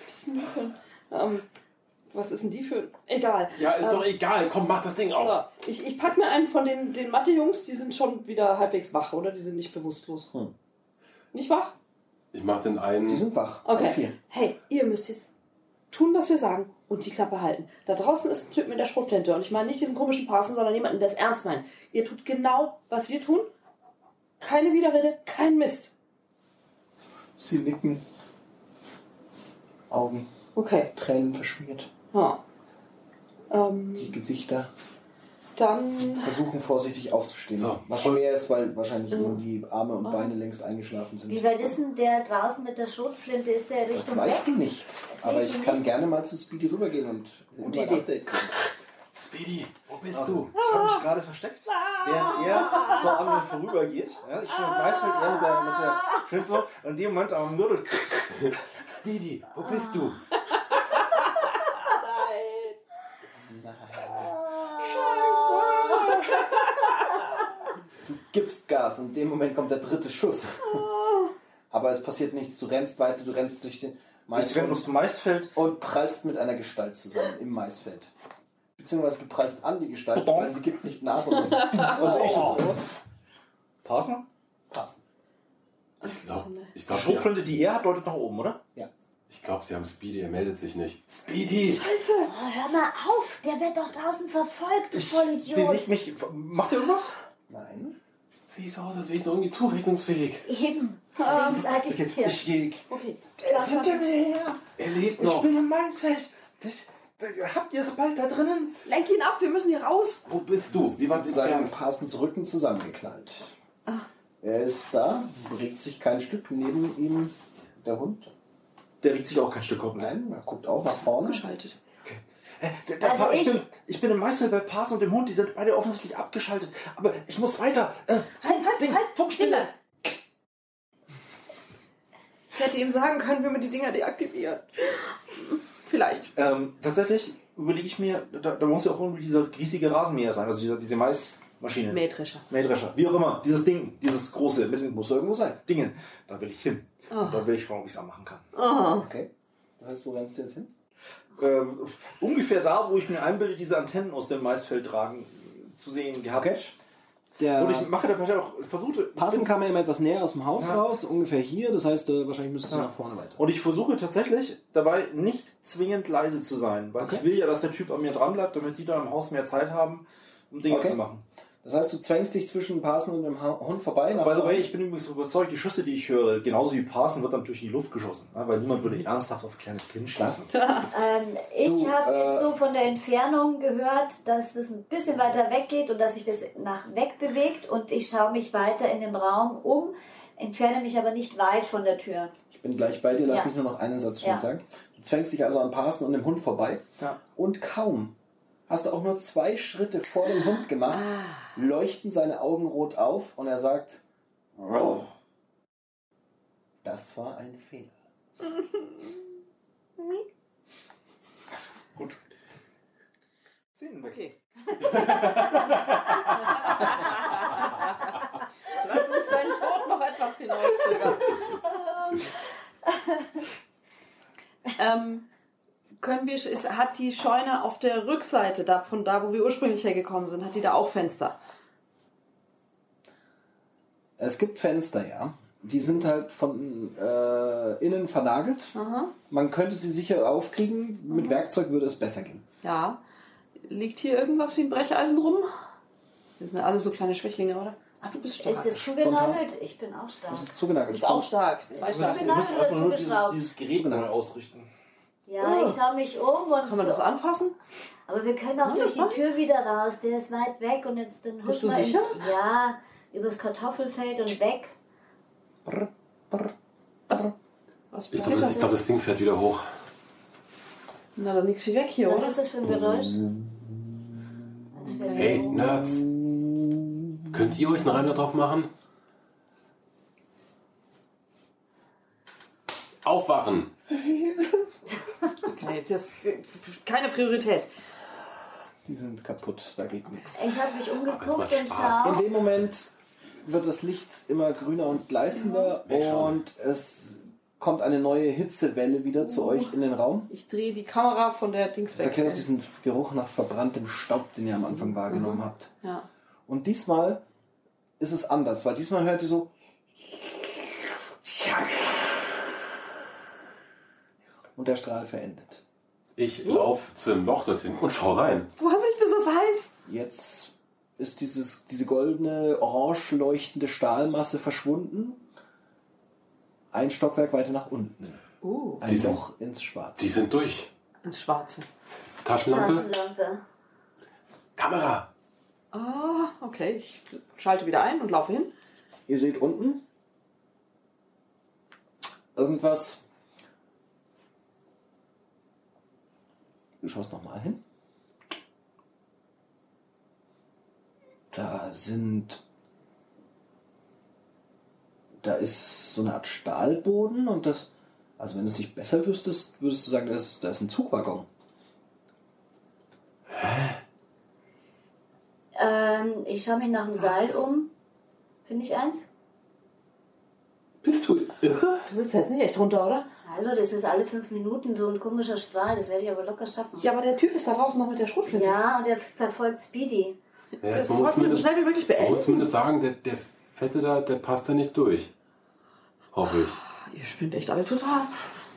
Bisschen müffeln. Ähm, was ist denn die für. Egal.
Ja, ist
Ähm,
doch egal. Komm, mach das Ding auf.
So, ich, ich pack mir einen von den, den Mathe-Jungs, die sind schon wieder halbwegs wach, oder? Die sind nicht bewusstlos.
Hm.
Nicht wach?
Ich mach den einen.
Die sind wach. Alle
Okay.
vier.
Hey, ihr müsst jetzt tun, was wir sagen und die Klappe halten. Da draußen ist ein Typ mit der Schrotflinte und ich meine nicht diesen komischen Parsen, sondern jemanden, der es ernst meint. Ihr tut genau, was wir tun. Keine Widerrede, kein Mist.
Sie nicken. Augen,
Okay.
Tränen verschmiert.
Ja. Ähm,
Die Gesichter
dann
versuchen vorsichtig aufzustehen.
So.
Was schwer ist, weil wahrscheinlich nur die Arme und Beine längst eingeschlafen sind.
Wie weit ist denn der draußen mit der Schrotflinte? Ist der
Das
Richtung
weißt du
weg?
nicht.
Das
Aber
sehe ich
ich kann
nicht.
gerne mal zu Speedy rübergehen und
Gute
immer ein
Idee.
Update kriegen.
Speedy, wo bist du? Ich habe mich gerade versteckt, während er zur Ammel vorübergeht. Ja, ich stehe im Maisfeld, er mit der, mit der Flinte und in dem Moment am Gürtel. Speedy, wo bist du?
Gibst Gas und in dem Moment kommt der dritte Schuss. Aber es passiert nichts. Du rennst weiter, du rennst durch den
Ich renne durchs
Maisfeld
Maisfeld.
und prallst mit einer Gestalt zusammen im Maisfeld. Beziehungsweise du prallst an die Gestalt,
Bonk.
weil sie gibt nicht nach. Und also ich
Oh.
so,
Parsen?
passen.
Ich glaube, ich
Die
glaub, sie, haben-
Schrotflinte, die er hat, deutet nach oben, oder?
Ja.
ich glaub, sie haben Speedy, er meldet sich nicht. Speedy!
Oh, hör mal auf, der wird doch draußen verfolgt, du
Bewegt
Vollidiot.
mich. Macht ihr irgendwas?
Nein.
Sieht so aus, als wäre ich noch irgendwie zurechnungsfähig.
Eben, deswegen sag ich's dir.
Ich gehe.
Okay.
Es hinter mir her.
Er
Ich
lebt noch.
bin im Maisfeld. Das, das, habt ihr es bald da drinnen?
Lenk ihn ab, wir müssen hier raus.
Wo bist du? Wie weit
Sozusagen
entfernt?
passend Rücken zusammengeknallt. Er ist da, regt sich kein Stück. Neben ihm der Hund.
Der riecht sich auch kein Stück auf. ne?
Nein, er guckt auch nach vorne.
Geschaltet.
Äh, der- der
Also
Pa-
ich-
bin, ich bin im Maisfeld bei Pars und dem Hund. Die sind beide offensichtlich abgeschaltet. Aber ich muss weiter. Äh,
Halt, halt,
Dings,
halt,
Funkstille.
Stille. Ich hätte ihm sagen können, wie man die Dinger deaktivieren. Vielleicht.
Ähm, tatsächlich überlege ich mir, da, da muss ja auch irgendwie dieser riesige Rasenmäher sein, also dieser, diese Maismaschine.
Mähdrescher.
Mähdrescher. Wie auch immer, dieses Ding, dieses große, mit dem muss da irgendwo sein. Dingen. Da will ich hin. Und
Oh.
da will ich schauen, ob ich es anmachen kann.
Okay. Das heißt, wo rennst du jetzt hin?
Ähm, ungefähr da, wo ich mir einbilde, diese Antennen aus dem Maisfeld tragen äh, zu sehen gehabt.
Okay. Der
Und ich mache da vielleicht auch versuche.
Passen kam ja immer etwas näher aus dem Haus
Ja.
raus, ungefähr hier. Das heißt, äh, wahrscheinlich müsstest du nach vorne weiter.
Und ich versuche tatsächlich dabei nicht zwingend leise zu sein, weil ich will ja, dass der Typ an mir dran bleibt, damit die da im Haus mehr Zeit haben, um Dinge
Okay.
zu machen.
Das heißt, du zwängst dich zwischen Passen und dem Ha- Hund vorbei. Nach
By the
vorne.
way, ich bin übrigens überzeugt, die Schüsse, die ich höre, genauso wie Parson, wird natürlich in die Luft geschossen. Ne? Weil niemand
Mhm.
würde ernsthaft auf ein kleines Kind schießen.
Ähm, ich habe jetzt so von der Entfernung gehört, dass es ein bisschen weiter weggeht und dass sich das nach weg bewegt und ich schaue mich weiter in dem Raum um, entferne mich aber nicht weit von der Tür.
ich bin gleich bei dir. Lass
Ja.
mich nur noch einen Satz schnell
Ja.
sagen. Du zwängst dich also an Passen und dem Hund vorbei.
Ja.
Und kaum hast du auch nur zwei Schritte vor dem Hund gemacht,
Ah.
leuchten seine Augen rot auf und er sagt: "Rau." Das war ein Fehler.
Gut. Szenenwechsel.
Okay. Lass uns deinen Tod noch etwas hinauszögern. ähm, können wir, ist, hat die Scheune auf der Rückseite, da, von da, wo wir ursprünglich hergekommen sind, hat die da auch Fenster?
Es gibt Fenster, ja. Die sind halt von äh, innen vernagelt. Man könnte sie sicher aufkriegen.
Mhm.
Mit Werkzeug würde es besser gehen.
Ja. Liegt hier irgendwas wie ein Brecheisen rum? Wir sind ja alle so kleine Schwächlinge, oder? Ah, du bist stark.
Ist es zugenagelt? Ich bin auch stark.
Das ist zugenagelt.
Ist auch stark. Zwei stark.
Zugenagelt oder
dieses,
zugeschraubt?
dieses Gerät neu ausrichten.
Ja, ich schaue mich um und
Kann man das
so.
anfassen?
Aber wir können auch
Ja,
durch
das
die
macht-
Tür wieder raus. Der ist weit weg und jetzt dann
Bist
huschen
du
wir
sicher?
In, ja, übers Kartoffelfeld und weg.
Was? Was
Also, Ich
passiert
glaube,
da?
das, glaub, das Ding fährt wieder hoch.
Na, dann nichts viel weg hier,
Was
oder?
ist das für ein Geräusch? Das wäre-
Hey, Nerds. Könnt ihr euch einen Reim da drauf machen? Aufwachen!
Okay, das äh, keine Priorität.
Die sind kaputt, da geht nichts.
Ich habe mich
es macht
umgeguckt und
Spaß.
In
schau.
dem
Mhm.
Moment wird das Licht immer grüner und gleißender
Weg schon.
und es kommt eine neue Hitzewelle wieder
Mhm.
zu euch in den Raum.
Ich drehe die Kamera von der Dings
Das
weg.
erklärt auch diesen Geruch nach verbranntem Staub, den ihr am Anfang wahrgenommen habt.
Mhm. Ja.
Und diesmal ist es anders, weil diesmal hört ihr so. Und der Strahl verendet.
Ich laufe zum Loch dorthin und schau rein.
Vorsicht, dass das heiß.
Jetzt ist dieses, diese goldene, orange leuchtende Stahlmasse verschwunden. Ein Stockwerk weiter nach unten.
Uh,
Ein
Diese-
Loch ins Schwarze.
Die sind durch.
ins Schwarze.
Hm.
Taschenlampe,
Taschenlampe.
Kamera.
Ah, okay. Ich schalte wieder ein und laufe hin.
Ihr seht unten irgendwas. Du schaust nochmal hin. Da sind. Da ist so eine Art Stahlboden und das. Also wenn du es nicht besser wüsstest, würdest du sagen, da ist, da ist ein Zugwaggon.
Ähm, ich schaue mich nach dem Seil um. Finde ich eins?
Bist du irre?
Du willst jetzt nicht echt runter, oder?
Hallo, das ist alle fünf Minuten so ein komischer Strahl. Das werde ich aber locker schaffen.
Ja, aber der Typ ist da draußen noch mit der Schrotflinte.
Ja, und der verfolgt Speedy.
Das sollten wir so schnell wie möglich
man muss
beenden.
zumindest sagen, der, der Fette da, der passt da nicht durch. Hoffe ich.
Ah, Ihr spinnt echt alle total.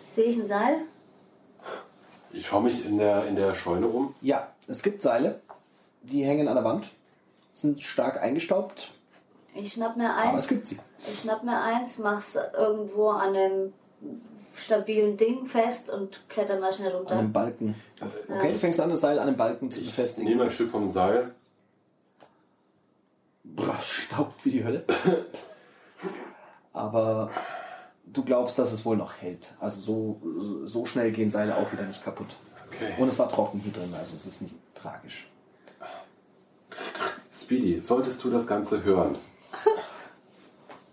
Sehe ich ein Seil?
Ich schaue mich in der, in der Scheune um.
Ja, es gibt Seile, die hängen an der Wand, sind stark eingestaubt,
Ich schnapp mir
aber es
eins.
gibt sie.
Ich schnapp mir eins, mach's irgendwo an einem stabilen Ding fest und kletter mal schnell runter.
An einem Balken. Okay, du fängst an, das Seil an einem Balken zu
Ich
befestigen.
nehme ein Stück vom Seil.
Boah, staubt wie die Hölle. Aber du glaubst, dass es wohl noch hält. Also so, so schnell gehen Seile auch wieder nicht kaputt.
Okay.
Und es war trocken hier drin, also es ist nicht tragisch.
Speedy, solltest du das Ganze hören?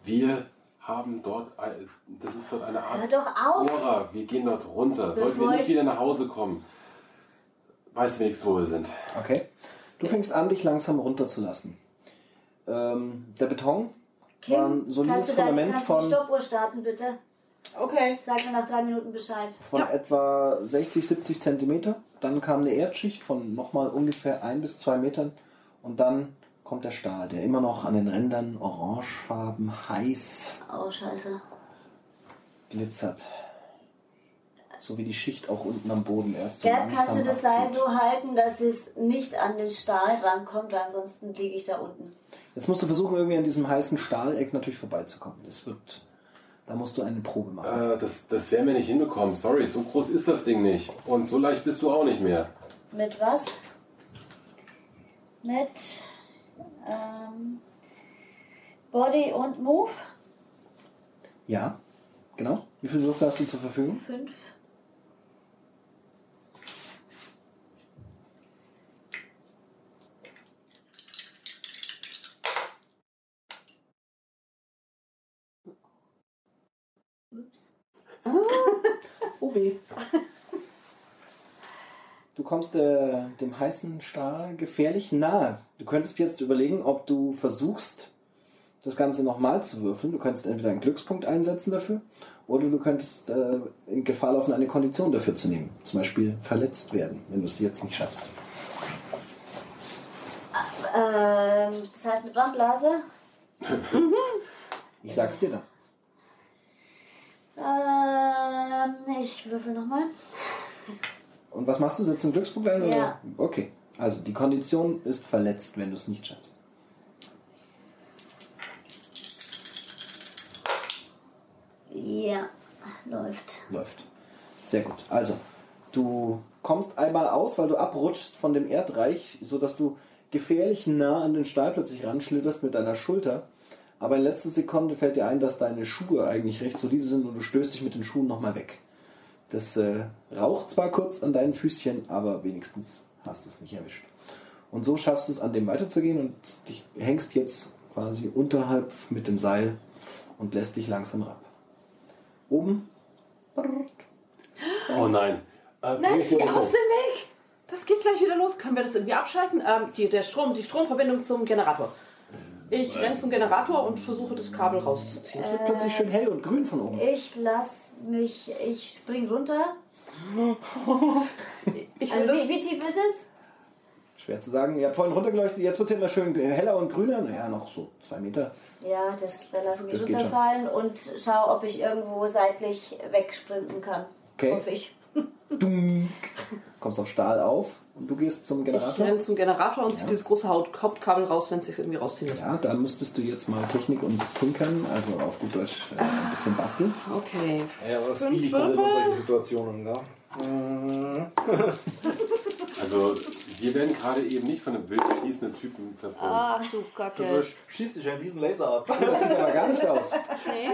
Wir haben dort, ein, das ist dort eine
Hör
Art
doch auf!
Aura. Wir gehen dort runter. Sollten wir
Bevor
nicht
ich-
wieder nach Hause kommen, weißt du wenigstens, wo wir sind.
Okay? Du fängst an, dich langsam runterzulassen. Ähm, der Beton war ein
Kim,
solides
kannst du dein,
Fundament
kannst du die
von,
Stoppuhr starten, bitte?
Okay.
Sag mir nach drei Minuten Bescheid.
von etwa 60, 70 Zentimeter. Dann kam eine Erdschicht von nochmal ungefähr ein bis zwei Metern. Und dann kommt der Stahl, der immer noch an den Rändern orangefarben, heiß
Oh, scheiße.
glitzert. So wie die Schicht auch unten am Boden erst so
Gerd,
langsam
kannst du das Seil
abgeht.
so halten, dass es nicht an den Stahl rankommt, weil ansonsten liege ich da unten.
Jetzt musst du versuchen, irgendwie an diesem heißen Stahleck natürlich vorbeizukommen. Das wird. Da musst du eine Probe machen.
Äh, das, das werden wir nicht hinbekommen. Sorry, so groß ist das Ding nicht. Und so leicht bist du auch nicht mehr.
Mit was? Mit ähm, Body und Move?
Ja, genau. Wie viele Würfel hast du zur Verfügung?
Fünf.
Oh weh. Du kommst der, dem heißen Stahl gefährlich nahe. Du könntest jetzt überlegen, ob du versuchst, das Ganze nochmal zu würfeln. Du könntest entweder einen Glückspunkt einsetzen dafür oder du könntest äh, in Gefahr laufen, eine Kondition dafür zu nehmen. Zum Beispiel verletzt werden, wenn du es jetzt nicht schaffst.
Ähm, das heißt mit Wandblase?
Ich sag's dir dann.
Ähm, ich würfel nochmal.
Und was machst du? Setzt du einen Glückspunkt ein? oder?
Ja.
Okay. Also die Kondition ist verletzt, wenn du es nicht schaffst.
Ja, läuft.
Läuft. Sehr gut. Also, du kommst einmal aus, weil du abrutschst von dem Erdreich, sodass du gefährlich nah an den Stahl plötzlich ranschlitterst mit deiner Schulter. Aber in letzter Sekunde fällt dir ein, dass deine Schuhe eigentlich recht solide sind und du stößt dich mit den Schuhen nochmal weg. Das äh, raucht zwar kurz an deinen Füßchen, aber wenigstens hast du es nicht erwischt. Und so schaffst du es, an dem weiterzugehen und dich hängst jetzt quasi unterhalb mit dem Seil und lässt dich langsam ab. Oben
Ähm,
Oh nein. Äh, bring mich
Nancy,
hier
aus
hoch.
dem Weg! Das geht gleich wieder los. Können wir das irgendwie abschalten? Ähm, die, der Strom, die Stromverbindung zum Generator. Ich renne zum Generator und versuche das Kabel rauszuziehen.
Es wird plötzlich schön hell und grün von oben.
Ich lass mich, ich spring runter.
Ich will
Also
das,
wie, wie tief ist es?
Schwer zu sagen. Ihr habt vorhin runtergeleuchtet, jetzt wird es immer schön heller und grüner. Naja, noch so zwei Meter.
Ja, das da lasse ich mich
Das geht schon.
runterfallen und schaue, ob ich irgendwo seitlich wegsprinten kann.
Okay.
Hoffe ich.
Dunk. Kommst auf Stahl auf und du gehst zum
ich
Generator.
renne zum Generator und ziehe dieses große Haut Hauptkabel raus, wenn es sich irgendwie rausziehen lässt.
Ja, da müsstest du jetzt mal Technik und Tinkern, also auf gut Deutsch äh, ein bisschen basteln.
Okay.
Ja, aber das
Fünf
Speedy kommt in
Würfel?
solche Situationen, ne?
Mhm.
Also, wir werden gerade eben nicht von einem wild schießenden Typen verfolgt.
Ach du
Also
Kacke.
schießt sich ein riesen Laser ab.
Das sieht aber gar nicht aus.
Nee.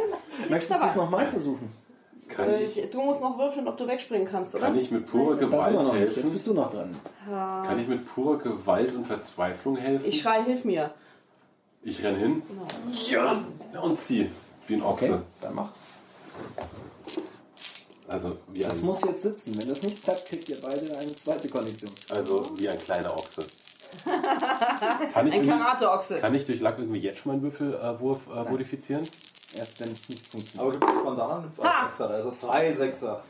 Möchtest du es nochmal versuchen?
Kann
Äh,
ich,
ich- Du musst noch würfeln, ob du wegspringen kannst, oder?
kann ich mit purer
Das immer
Gewalt
noch nicht. Jetzt
helfen?
bist du noch dran.
Kann ich mit purer Gewalt und Verzweiflung helfen?
Ich Genau. schreie, hilf mir.
Ich renn hin. Ja! Und zieh. Wie ein
Okay,
Ochse.
dann mach.
Also, wie
Das
ein,
muss jetzt sitzen. Wenn das nicht klappt, kriegt ihr beide eine zweite Kondition.
also wie ein kleiner Ochse. kann, ich
Ein
irgendwie-
Karate-Ochsel.
kann ich durch Lack irgendwie jetzt schon meinen Würfelwurf äh, modifizieren?
Erst wenn es nicht funktioniert.
Aber du bist Bandana und als Sechser, also zwei Sechser.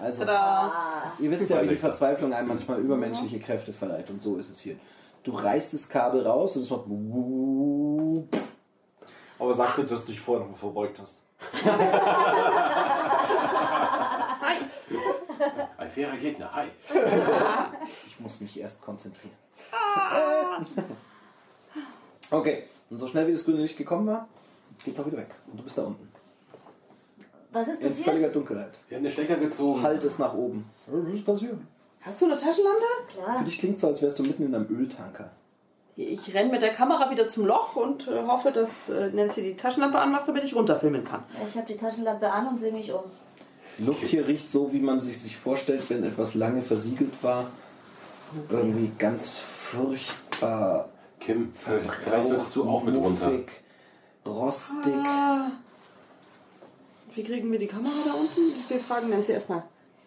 Also,
Da.
Ihr wisst ja, wie die Verzweiflung einem manchmal übermenschliche Kräfte verleiht und so ist es hier. Du reißt das Kabel raus und es macht wuuuup.
Aber sag mir, dass du dich vorher nochmal verbeugt hast.
Ein fairer Gegner, hi.
ich muss mich erst konzentrieren.
Ah.
Äh. okay, und so schnell wie das grüne Licht gekommen war, geht's auch wieder weg und du bist da unten.
Was ist
In völliger
passiert?
Dunkelheit.
Wir haben den Stecker gezogen.
Halt es nach oben. Ja, Was ist passiert?
Hast du eine Taschenlampe?
Für
Klar.
dich klingt so, als wärst du mitten in einem Öltanker.
Ich renne mit der Kamera wieder zum Loch und äh, hoffe, dass äh, Nancy die Taschenlampe anmacht, damit ich runterfilmen kann.
Ich habe die Taschenlampe an und sehe mich um.
Die Luft hier riecht so, wie man sich, sich vorstellt, wenn etwas lange versiegelt war. Irgendwie ganz furchtbar
Kim, vielleicht vielleicht solltest du auch mit runter.
muffig, Rostig.
Wie kriegen wir die Kamera da unten? Wir fragen Nancy erstmal.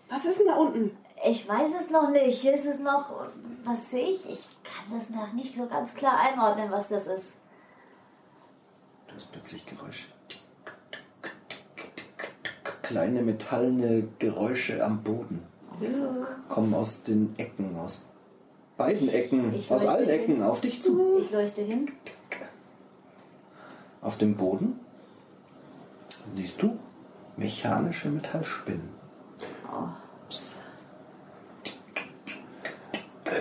Was ist denn da unten?
Ich weiß es noch nicht. Hier ist es noch. Was sehe ich? Ich kann das noch nicht so ganz klar einordnen, was das ist.
Du hast plötzlich Geräusche. Kleine metallene Geräusche am Boden kommen aus den Ecken, aus beiden Ecken,
Ich
aus
leuchte
allen
hin.
Ecken auf dich zu.
Ich leuchte hin.
Auf dem Boden siehst du mechanische Metallspinnen.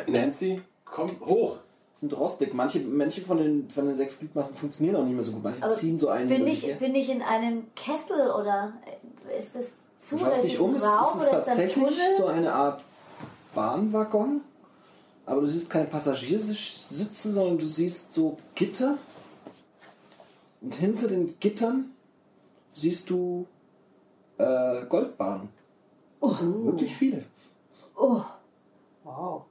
Nancy, komm hoch.
Sind rostig. Manche, manche von, den, von den sechs Gliedmaßen funktionieren auch nicht mehr so gut. Manche
Aber
ziehen so einen.
bin,
dass
Also ich,
ich-
bin ich in einem Kessel oder äh, ist das zu?
Du schaust
Ist
dich
es
um,
ein
es
Raum
ist, es
oder ist das ein
tatsächlich
Tunnel?
so eine Art Bahnwaggon, aber du siehst keine Passagiersitze, sondern du siehst so Gitter. Und hinter den Gittern siehst du äh, Goldbahnen. Wirklich viele.
Oh,
Wow.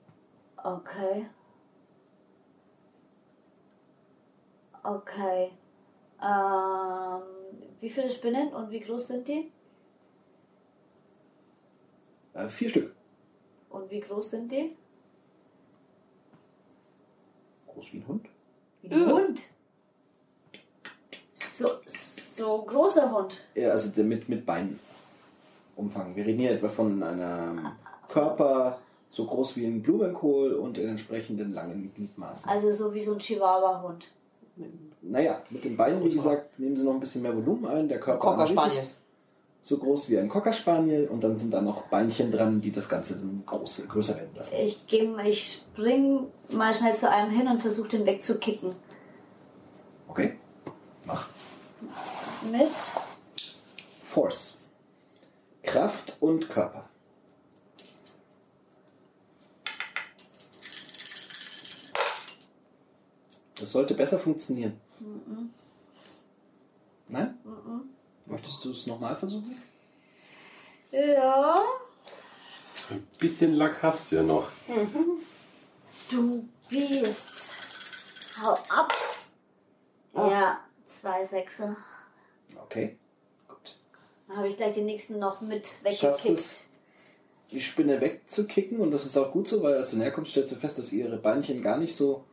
okay. Okay. Ähm, wie viele Spinnen und wie groß sind die?
Äh, vier Stück.
Und wie groß sind die?
Groß wie ein Hund.
Wie ein Hund. So, so großer Hund.
Ja, also der mit, mit Beinumfang. Wir reden hier etwa von einem Körper so groß wie ein Blumenkohl und den entsprechenden langen Gliedmaßen.
Also so wie so ein Chihuahua-Hund.
Naja, mit den Beinen, wie gesagt, nehmen sie noch ein bisschen mehr Volumen ein. Der Körper an
Cocker
sich
Spaniel.
ist so groß wie ein Cockerspaniel und dann sind da noch Beinchen dran, die das Ganze so groß, größer werden lassen.
Ich, geh, ich spring mal schnell zu einem hin und versuche den wegzukicken.
Okay, mach.
Mit?
Force. Kraft und Körper. Das sollte besser funktionieren. Nein? Möchtest du es nochmal versuchen?
Ja.
Ein bisschen Lack hast du ja noch.
Mhm. Du bist. Hau ab. Ja, zwei Sechse.
Okay, gut.
Dann habe ich gleich den nächsten noch mit
schaffst
weggekickt.
es, die Spinne wegzukicken und das ist auch gut so, weil als du näher kommst, stellst du fest, dass ihre Beinchen gar nicht so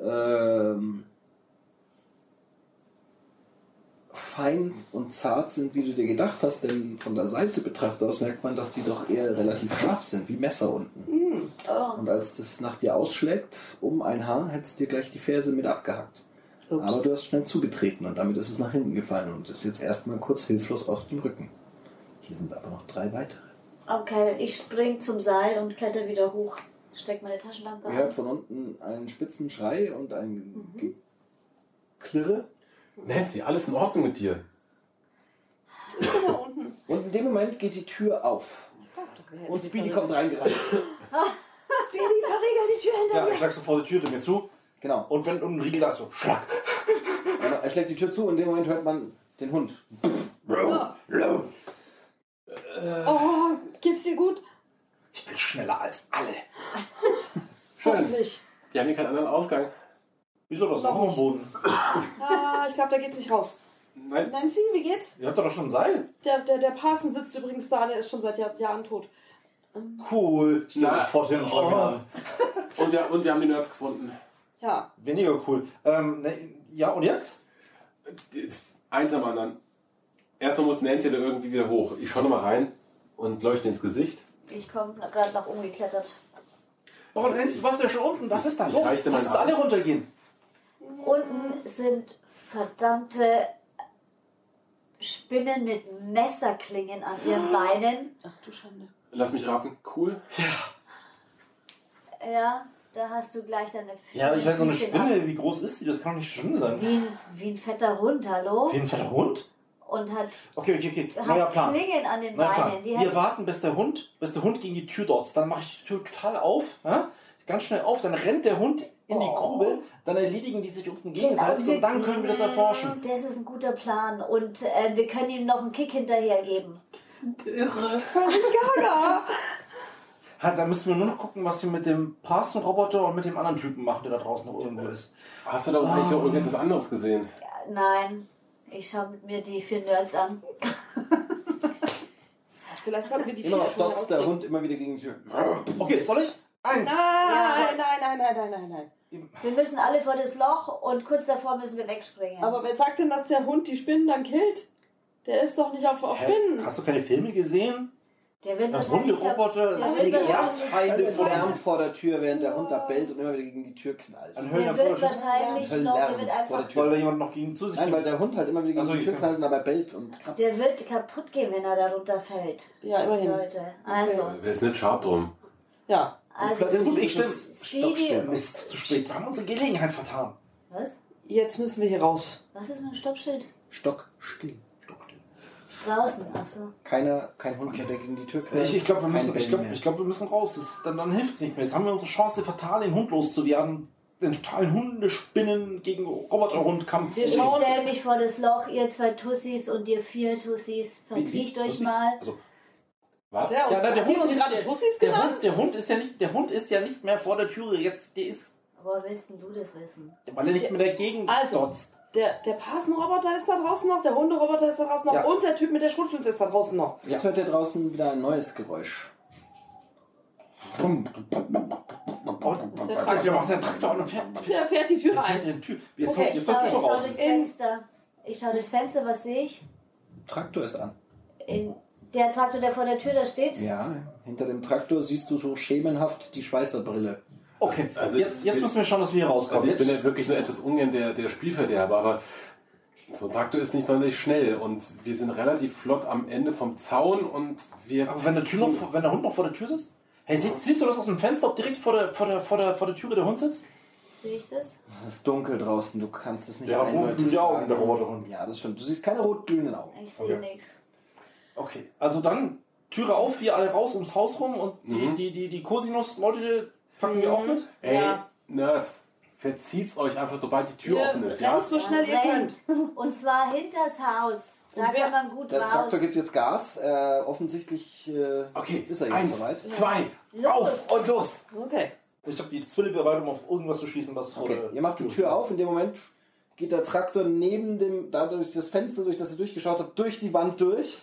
ähm, fein und zart sind, wie du dir gedacht hast, denn von der Seite betrachtet aus merkt man, dass die doch eher relativ scharf sind, wie Messer unten. Und als das nach dir ausschlägt, um ein Haar, hättest du dir gleich die Ferse mit abgehackt. Aber du hast schnell zugetreten und damit ist es nach hinten gefallen und ist jetzt erstmal kurz hilflos auf dem Rücken. Hier sind aber noch drei weitere.
Okay, ich spring zum Seil und kletter wieder hoch. Steck meine Taschenlampe
Ihr
an.
hört von unten einen spitzen Schrei und ein mhm. Klirre.
Nancy, alles in Ordnung mit dir.
Und in dem Moment geht die Tür auf. Und Speedy kommt reingerannt.
Speedy, verriegel die Tür hinter
Ja, ich schlag so vor die Tür mir zu.
Genau.
Und wenn unten Riegel hast, so schlag.
Also er schlägt die Tür zu und in dem Moment hört man den Hund.
Oh, geht's dir gut?
Ich bin schneller als alle.
Hoffentlich.
Wir haben hier keinen anderen Ausgang.
Wieso das ist noch am Boden?
Ah, ich glaube, da geht's nicht raus.
Nein,
Nancy, wie geht's?
ihr habt doch schon ein Seil.
Der, der, der Parson sitzt übrigens da, der ist schon seit Jahr, Jahren tot.
Cool. Oh. Ich gehe
Na,
sofort hin und schlag ihn an.
Und wir, und wir haben die Nerds gefunden.
Ja.
Weniger cool. Ähm, ne, ja, und jetzt?
Eins am anderen. Erstmal muss Nancy da irgendwie wieder hoch. Ich schaue nochmal rein und leuchte ins Gesicht.
Ich komme gerade noch umgeklettert.
Oh, Renz, du warst ja schon unten. Was ist da
los? reichte meinen Lass uns Arm. alle
runtergehen.
Unten sind verdammte Spinnen mit Messerklingen an ihren Beinen.
Ach du Schande.
Lass mich raten. Cool.
Ja, da hast du gleich deine
Ja, aber ich meine, so eine
Füßchen ab.
Spinne, wie groß ist die? Das kann doch nicht Spinne sein.
Wie ein, wie ein fetter Hund, hallo?
Auf jeden Fall der Hund?
Und hat,
Okay, okay, okay. Neuer
hat
Plan.
Klingen an den
Neuer
Beinen.
Plan.
Die
Wir
hat,
warten, bis der Hund, bis der Hund gegen die Tür dort. Dann mache ich die Tür total auf. Ja? Ganz schnell auf. Dann rennt der Hund in
Oh.
die Grube. Dann erledigen die sich unten
Genau,
gegenseitig. Und dann können wir das erforschen.
das ist ein guter Plan. Und äh, wir können ihm noch einen Kick hinterhergeben.
Ha, da müssen wir nur noch gucken, was wir mit dem Parson-Roboter und mit dem anderen Typen machen, der da draußen noch irgendwo ist.
Hast du da
Ah.
eigentlich noch irgendetwas anderes gesehen?
Äh, Nein, ich schaue mit mir die vier Nerds an.
Vielleicht sollten wir die
Immer
vier
noch
vorher
dotzt der
aufkriegen.
Hund immer wieder gegen die Tür.
Okay, soll ich? Eins.
Nein, nein, nein, nein, nein, nein, nein.
Wir müssen alle vor das Loch und kurz davor müssen wir wegspringen.
Aber wer sagt denn, dass der Hund die Spinnen dann killt? Der ist doch nicht auf, auf
Hä?
Spinnen.
Äh, Hast du keine Filme gesehen?
der wird
Das
wahrscheinlich
Hunderoboter, das
der
sind die
wird
Erzfeinde
wahrscheinlich,
von
Lärm vor der Tür, während der Hund da bellt und immer wieder gegen die Tür knallt.
Dann hören
der
wir
wird
vor,
wahrscheinlich
Höllenlärm
noch, der wird
vor der
einfach,
Tür.
weil da jemand noch gegen zu sich
Nein, weil der Hund halt immer wieder gegen
Ach so,
die Tür
ja. genau.
knallt und dabei bellt und kratzt.
der wird kaputt gehen, wenn er darunter fällt.
Ja, immerhin.
Leute, also,
Wer ist nicht scharf drum?
Ja.
also
Plötzlich
Und ich
ist es
Speedy-
stockstill.
Mist, zu spät. Wir haben unsere Gelegenheit vertan.
was?
Jetzt müssen wir hier raus.
Was ist mit dem Stoppschild?
Stockstill.
Draußen, achso.
Keiner, kein Hund mehr, der gegen die Tür knallt.
Äh, Ich, ich glaube, wir,
Kein
müssen- ich
Bellen
glaub,
mehr.
ich glaub, wir müssen raus. Das, dann dann hilft es nicht mehr. Jetzt haben wir unsere Chance, fatal den Hund loszuwerden. Den totalen Hundespinnen gegen Roboterhundkampf.
Wir
zu-
Ich
schauen-
stelle mich vor das Loch, ihr zwei Tussis und ihr vier Tussis, verkriecht euch mal.
Also, was?
Der, uns,
Ja, nein, der,
hat die
Hund
uns
ist,
gerade
der,
Tussis
der,
genannt?
Hund, der, Hund ist ja nicht, der Hund ist ja nicht mehr vor der Türe. Jetzt, der ist,
Woher willst denn du das wissen?
weil er nicht mehr dagegen
Also.
dotzt.
Der, der Parsenroboter ist da draußen noch, der Hunderoboter ist da draußen noch
Ja.
und der Typ mit der Schrotflinte ist da draußen noch.
Jetzt hört ihr draußen wieder ein neues Geräusch.
Und der Traktor macht seinen Traktor an und fährt, fährt,
Der fährt die Tür
fährt
ein.
den Typ. Jetzt
Okay,
okay,
Ich
jetzt
schaue
wird
schau
so raus.
durchs Fenster. Ich schaue durchs Fenster, was sehe ich?
Traktor ist an.
In der Traktor, der vor der Tür da steht?
Ja, hinter dem Traktor siehst du so schemenhaft die Schweißerbrille.
Okay,
Also,
jetzt, jetzt
wir-
müssen wir schauen, dass wir hier
Also
rauskommen.
ich bin
Jetzt-
jetzt wirklich nur etwas ungern der, der Spielverderber, aber so ein Traktor ist nicht sonderlich schnell und wir sind relativ flott am Ende vom Zaun und wir.
Aber wenn der, Tür noch, vor- wenn der Hund noch vor der Tür sitzt? Hey, sie, siehst du das aus dem Fenster, ob direkt vor der, vor der, vor der, vor der Tür der Hund sitzt?
Sehe ich das?
Es ist dunkel draußen, du kannst es nicht
Ja,
eindeutig
roten die Augen,
sagen.
der rote Hund.
Ja, das stimmt. Du siehst keine rot-grünen Augen.
Ich sehe nichts.
Okay, also dann Türe auf, wir alle raus ums Haus rum und die, die, die, die Cosinus-Leute packen wir auch mit.
Mhm. Ey,
Ja.
Nerds, verzieht's euch einfach, sobald die Tür
Ihr
offen ist, ja?
rennt so schnell ihr könnt.
Rennt. Und zwar hinters Haus. Da
wer-
kann man gut
Der
raus.
Traktor gibt jetzt Gas. Äh, offensichtlich äh,
Okay,
ist er jetzt
eins,
soweit.
zwei, auf und los!
Okay.
Ich habe die Zwille bereit, um auf irgendwas zu schießen, was vor
Okay,
der
ihr macht die Tür auf. In dem Moment geht der Traktor neben dem, dadurch das Fenster, durch das ihr durchgeschaut habt, durch die Wand durch.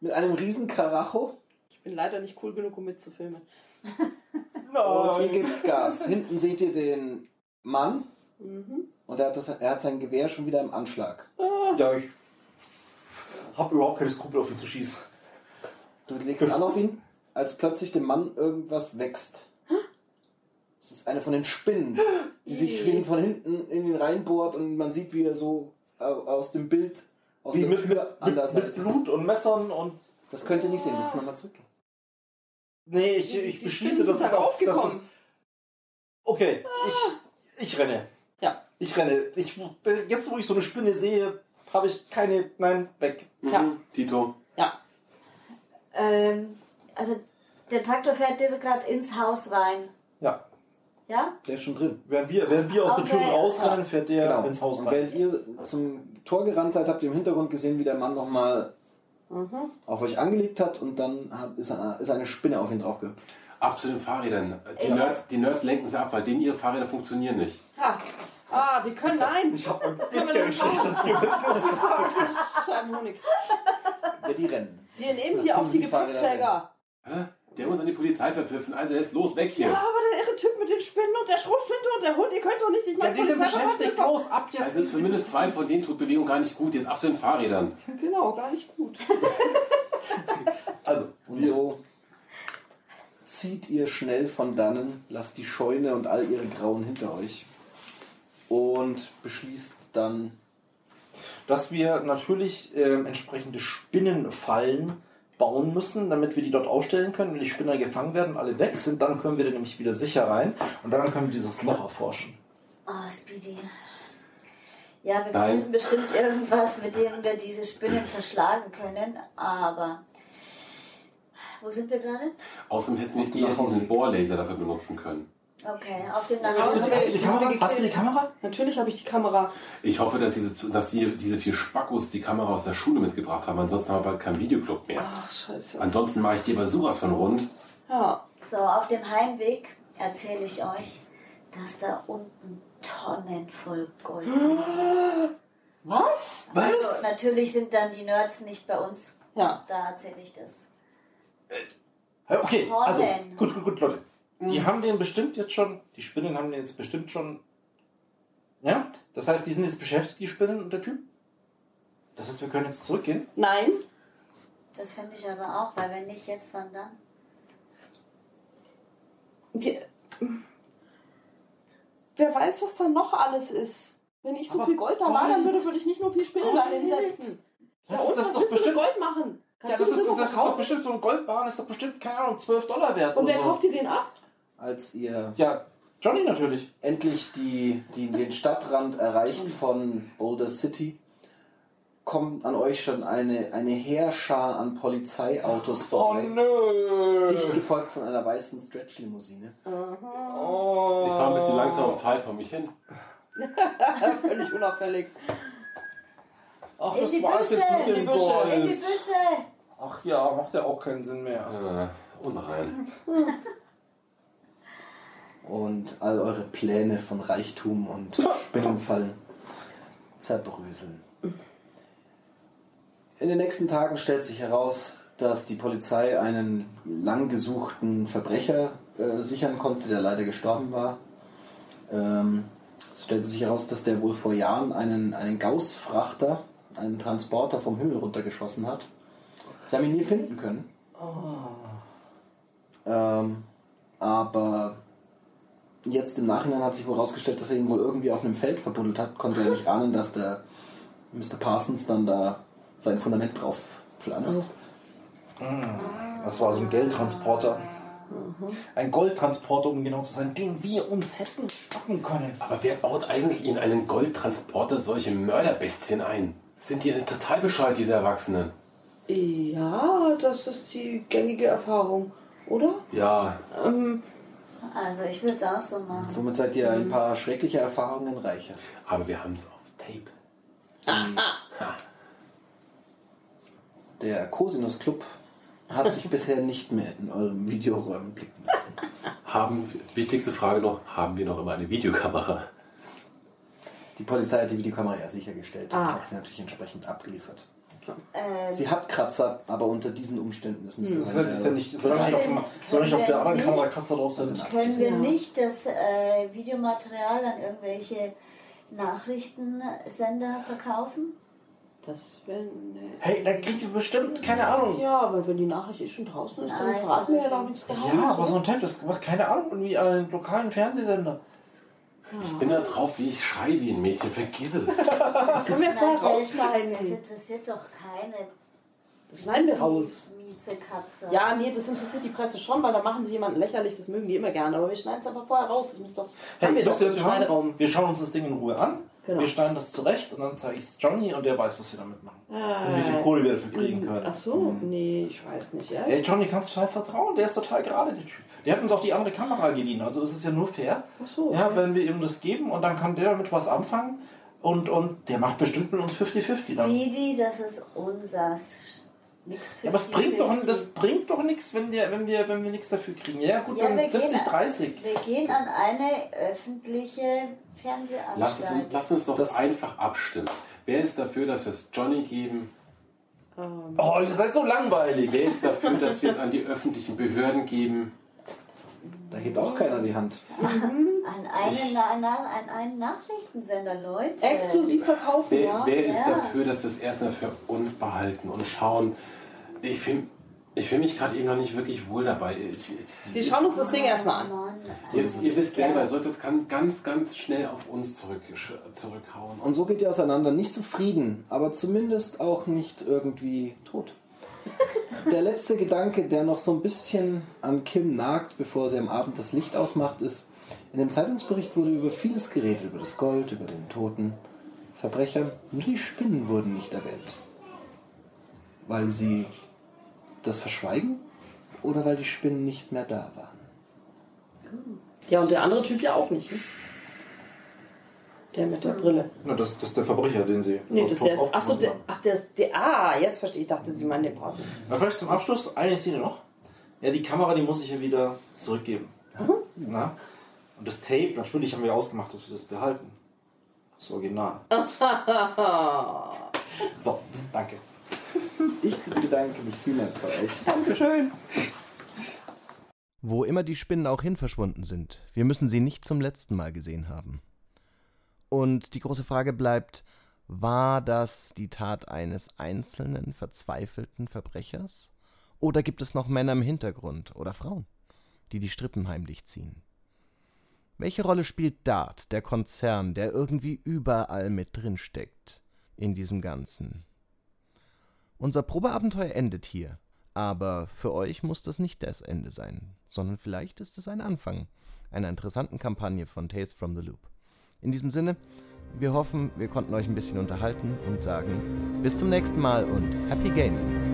Mit einem riesen Karacho.
Ich bin leider nicht cool genug, um mitzufilmen.
Und ihr
Nein.
gebt Gas. Hinten seht ihr den
Mhm.
Mann. Und er hat, das, er hat sein Gewehr schon wieder im Anschlag.
Ja, ich hab überhaupt keine Skrupel, auf ihn zu schießen.
Du legst an auf ihn, als plötzlich dem Mann irgendwas wächst. Es ist eine von den Spinnen, die sich ihn von hinten in ihn reinbohrt und man sieht, wie er so äh, aus dem Bild, aus
Wie
der
mit,
Tür
mit,
an der
mit, mit
Seite.
Blut und Messern und.
Das könnt ihr nicht sehen. Willst du nochmal zurück?
Nee, ich, ich
die
beschließe,
Spinnen
dass
sind
es
da
auf. Dass es,
aufgekommen.
okay,
Ah.
ich, ich renne.
Ja.
Ich renne. Ich, äh, jetzt, wo ich so eine Spinne sehe, habe ich keine. Nein, weg. Mhm.
Ja.
Tito.
Ja.
Ähm, also der Traktor fährt dir gerade ins Haus rein.
Ja.
Ja?
Der ist schon drin.
Während wir, während wir aus der Tür
Okay.
rausrennen, fährt der
Genau.
ins Haus
und
rein.
während ihr zum Tor gerannt seid, habt ihr im Hintergrund gesehen, wie der Mann nochmal auf euch angelegt hat und dann hat, ist, eine, ist eine Spinne auf ihn draufgehüpft.
Ab zu den Fahrrädern. Die Nerds, die Nerds lenken sie ab, weil denen ihre Fahrräder funktionieren nicht.
Ah, ah die können ein.
Ich habe ein bisschen ein schlechtes Gewissen. Das ist
Scheiben Honig.
Ja, die rennen.
Wir nehmen
Tun
hier auf
Sie
die
die Fahrräder
Gepäckträger.
Die haben uns an die Polizei verpfiffen, also jetzt los, weg hier.
Ja, aber der irre Typ mit den Spinnen und der Schrotflinte und der Hund, ihr könnt doch nicht. Ich
ja,
meine,
die sind
Polizei verfolgt
beschäftigt.
das doch-
Los, ab jetzt.
Also zumindest zwei von denen tut Bewegung gar nicht gut. Jetzt ab zu den Fahrrädern.
Genau, gar nicht gut.
Also,
Und so zieht ihr schnell von dannen, lasst die Scheune und all ihre Grauen hinter euch und beschließt dann,
dass wir natürlich ähm, entsprechende Spinnenfallen bauen müssen, damit wir die dort aufstellen können. Wenn die Spinner gefangen werden, und alle weg sind, dann können wir da nämlich wieder sicher rein und dann können wir dieses Loch erforschen.
Oh, Speedy. Ja, wir
Nein.
finden bestimmt irgendwas, mit dem wir diese Spinnen zerschlagen können, aber. Wo sind wir gerade?
Außerdem hätten wir eher diesen Bohrlaser dafür benutzen können.
Okay, auf dem
Hast du die-
Nachhinein.
die Kamera? Hast du die
Kamera?
Natürlich habe ich die Kamera.
Ich hoffe, dass diese, dass die, diese vier Spackos die Kamera aus der Schule mitgebracht haben. Ansonsten haben wir bald keinen Videoclub mehr.
Ach, scheiße.
Ansonsten mache ich dir aber sowas von rund.
Ja.
So, auf dem Heimweg erzähle ich euch, dass da unten Tonnen voll Gold liegen.
Was?
Also, natürlich sind dann die Nerds nicht bei uns.
Ja.
Da erzähle ich das.
Okay, also
Hornen.
gut, gut, gut, Leute.
Mhm.
Die haben den bestimmt jetzt schon, die Spinnen haben den jetzt bestimmt schon. Ja? Das heißt, die sind jetzt beschäftigt, die Spinnen und der Typ? Das heißt, wir können jetzt zurückgehen?
Nein.
Das finde ich aber auch, weil wenn nicht jetzt, wann dann?
Wir, wer weiß, was da noch alles ist. Wenn ich so
Aber
viel Gold da lagern
Gold!
würde, würde ich nicht nur viel Spinnen da hinsetzen.
Das
ja,
ist das doch
und, was willst du mit
bestimmt-
Gold machen?
Ja, das
Kannst du
ist,
irgendwo
das ist doch
verkaufen?
bestimmt so ein Goldbahn, ist doch bestimmt, keine Ahnung, 12 Dollar wert.
Und
oder
wer
so.
kauft dir den ab?
als ihr
Ja, Johnny natürlich.
endlich die, die, den Stadtrand erreicht von Boulder City, kommt an euch schon eine, eine Heerschar an Polizeiautos vorbei.
Oh, nö.
Dicht gefolgt von einer weißen Stretch-Limousine.
Ich fahre ein bisschen langsam und pfeife vor mich hin.
Völlig unauffällig.
Ach,
In die
das war's jetzt
Büsche,
mit
in die
dem
Büsche,
In die
Gold.
Büsche!
Ach ja, macht ja auch keinen Sinn mehr.
Äh, und rein.
Und all eure Pläne von Reichtum und Spinnenfallen zerbröseln. In den nächsten Tagen stellt sich heraus, dass die Polizei einen lang gesuchten Verbrecher äh, sichern konnte, der leider gestorben war. Ähm, es stellte sich heraus, dass der wohl vor Jahren einen, einen Gaussfrachter, einen Transporter vom Himmel runtergeschossen hat. Sie haben ihn nie finden können. Ähm, aber jetzt im Nachhinein hat sich wohl herausgestellt, dass er ihn wohl irgendwie auf einem Feld verbuddelt hat. Konnte er nicht ahnen, dass der Mr. Parsons dann da sein Fundament drauf pflanzt.
Das war so ein Geldtransporter. Ein Goldtransporter, um genau zu sein, den wir uns hätten schnappen können.
Aber wer baut eigentlich in einen Goldtransporter solche Mörderbestien ein? Sind die denn total bescheuert, diese Erwachsenen?
Ja, das ist die gängige Erfahrung, oder?
Ja,
Also ich würde es auch so machen.
Somit seid ihr ein paar schreckliche Erfahrungen reicher.
aber wir haben es auf Tape.
Der Cosinus Club hat sich bisher nicht mehr in euren Videoräumen blicken lassen.
Haben, wichtigste Frage noch, haben wir noch immer eine Videokamera?
Die Polizei hat die Videokamera ja sichergestellt und
Ah.
hat sie natürlich entsprechend abgeliefert.
Ähm,
Sie hat Kratzer, aber unter diesen Umständen ist Mr.
Hm. Das ist ja nicht, soll nicht auf, dem- soll nicht auf der anderen Kamera Katze drauf sein.
können wir nicht das äh, Videomaterial an irgendwelche Nachrichtensender verkaufen?
Das wäre. Nee.
Hey, da kriegt ihr bestimmt, keine Ahnung.
Ja, weil wenn die Nachricht eh schon draußen ist, dann
Nein,
verraten wir ja
sowieso.
doch nichts
Ja,
Geheimes.
aber so ein Tape, das macht keine Ahnung, wie an den lokalen Fernsehsender.
Ich bin da drauf, wie ich schreie wie ein Mädchen. Vergiss es.
können wir
Nein,
vorher
das, das
rausschneiden.
interessiert doch keine
Das schneiden wir raus.
miese Katze.
Ja, nee, das interessiert die Presse schon, weil da machen sie jemanden lächerlich, das mögen die immer gerne. Aber wir schneiden es einfach vorher raus. Das muss doch. haben wir doch
wisst ihr,
im
was wir machen?
Schneideraum.
Wir schauen uns das Ding in Ruhe an,
Genau.
wir schneiden das zurecht und dann zeige ich es Johnny und der weiß, was wir damit machen. Und wie viel Kohle wir Hm. dafür kriegen können.
Ach so, nee, ich weiß nicht. Ja?
Ey, Johnny, kannst du total vertrauen, der ist total gerade, der Typ. Der hat uns auch die andere Kamera geliehen, also ist es ja nur fair.
Ach so,
Ja,
okay.
wenn wir ihm das geben und dann kann der damit was anfangen und, und der macht bestimmt mit uns 50-50 dann. Ja,
Speedy, das ist unsers. Nichts für
aber es
die
bringt doch,
Welt.
das bringt doch nichts, wenn wir, wenn wir, wenn wir nichts dafür kriegen. Ja, gut,
Ja,
dann
wir gehen-
70-30.
Wir gehen an eine öffentliche
Lass uns,
Fernsehanstalt.
lass uns doch einfach abstimmen. Wer ist dafür, dass wir es Johnny geben?
Oh, ihr seid so langweilig.
Wer ist dafür, dass wir es an die öffentlichen Behörden geben?
Da gibt auch keiner die Hand.
An einen, Na- Na- an einen Nachrichtensender, Leute.
Exklusiv verkaufen,
Wer,
ja.
wer ist
Ja.
dafür, dass wir es erstmal für uns behalten und schauen? Ich fühle ich fühl mich gerade eben noch nicht wirklich wohl dabei. Ich,
Wir schauen uns das Ding erstmal an.
Mann.
ihr, ihr wisst selber, ihr sollt das ganz, ganz, ganz schnell auf uns zurück, zurückhauen.
Und so geht ihr auseinander. Nicht zufrieden, aber zumindest auch nicht irgendwie tot. Der letzte Gedanke, der noch so ein bisschen an Kim nagt, bevor sie am Abend das Licht ausmacht, ist, in dem Zeitungsbericht wurde über vieles geredet, über das Gold, über den Toten, Verbrecher. Nur die Spinnen wurden nicht erwähnt. Weil sie das verschweigen oder weil die Spinnen nicht mehr da waren.
Ja, und der andere Typ ja auch nicht. ne? Der mit der Brille.
Na, das, das ist der Verbrecher, den sie.
Nee, das der ist.
aufgefunden
Ach so, der,
haben.
ach, der ist. Der, ah, jetzt verstehe ich. Ich dachte, sie meinen den Brasen.
Na, vielleicht zum Abschluss eine Szene noch. Ja, die Kamera, die muss ich ja wieder zurückgeben.
Mhm.
Na? Und das Tape, natürlich haben wir ausgemacht, dass wir das behalten. Das Original. so, danke.
Ich bedanke mich vielmals bei euch.
Wo immer die Spinnen auch hin verschwunden sind, wir müssen sie nicht zum letzten Mal gesehen haben. Und die große Frage bleibt, war das die Tat eines einzelnen, verzweifelten Verbrechers? Oder gibt es noch Männer im Hintergrund oder Frauen, die die Strippen heimlich ziehen? Welche Rolle spielt Dart, der Konzern, der irgendwie überall mit drin steckt in diesem Ganzen? Unser Probeabenteuer endet hier. Aber für euch muss das nicht das Ende sein, sondern vielleicht ist es ein Anfang einer interessanten Kampagne von Tales from the Loop. In diesem Sinne, wir hoffen, wir konnten euch ein bisschen unterhalten und sagen bis zum nächsten Mal und Happy Gaming!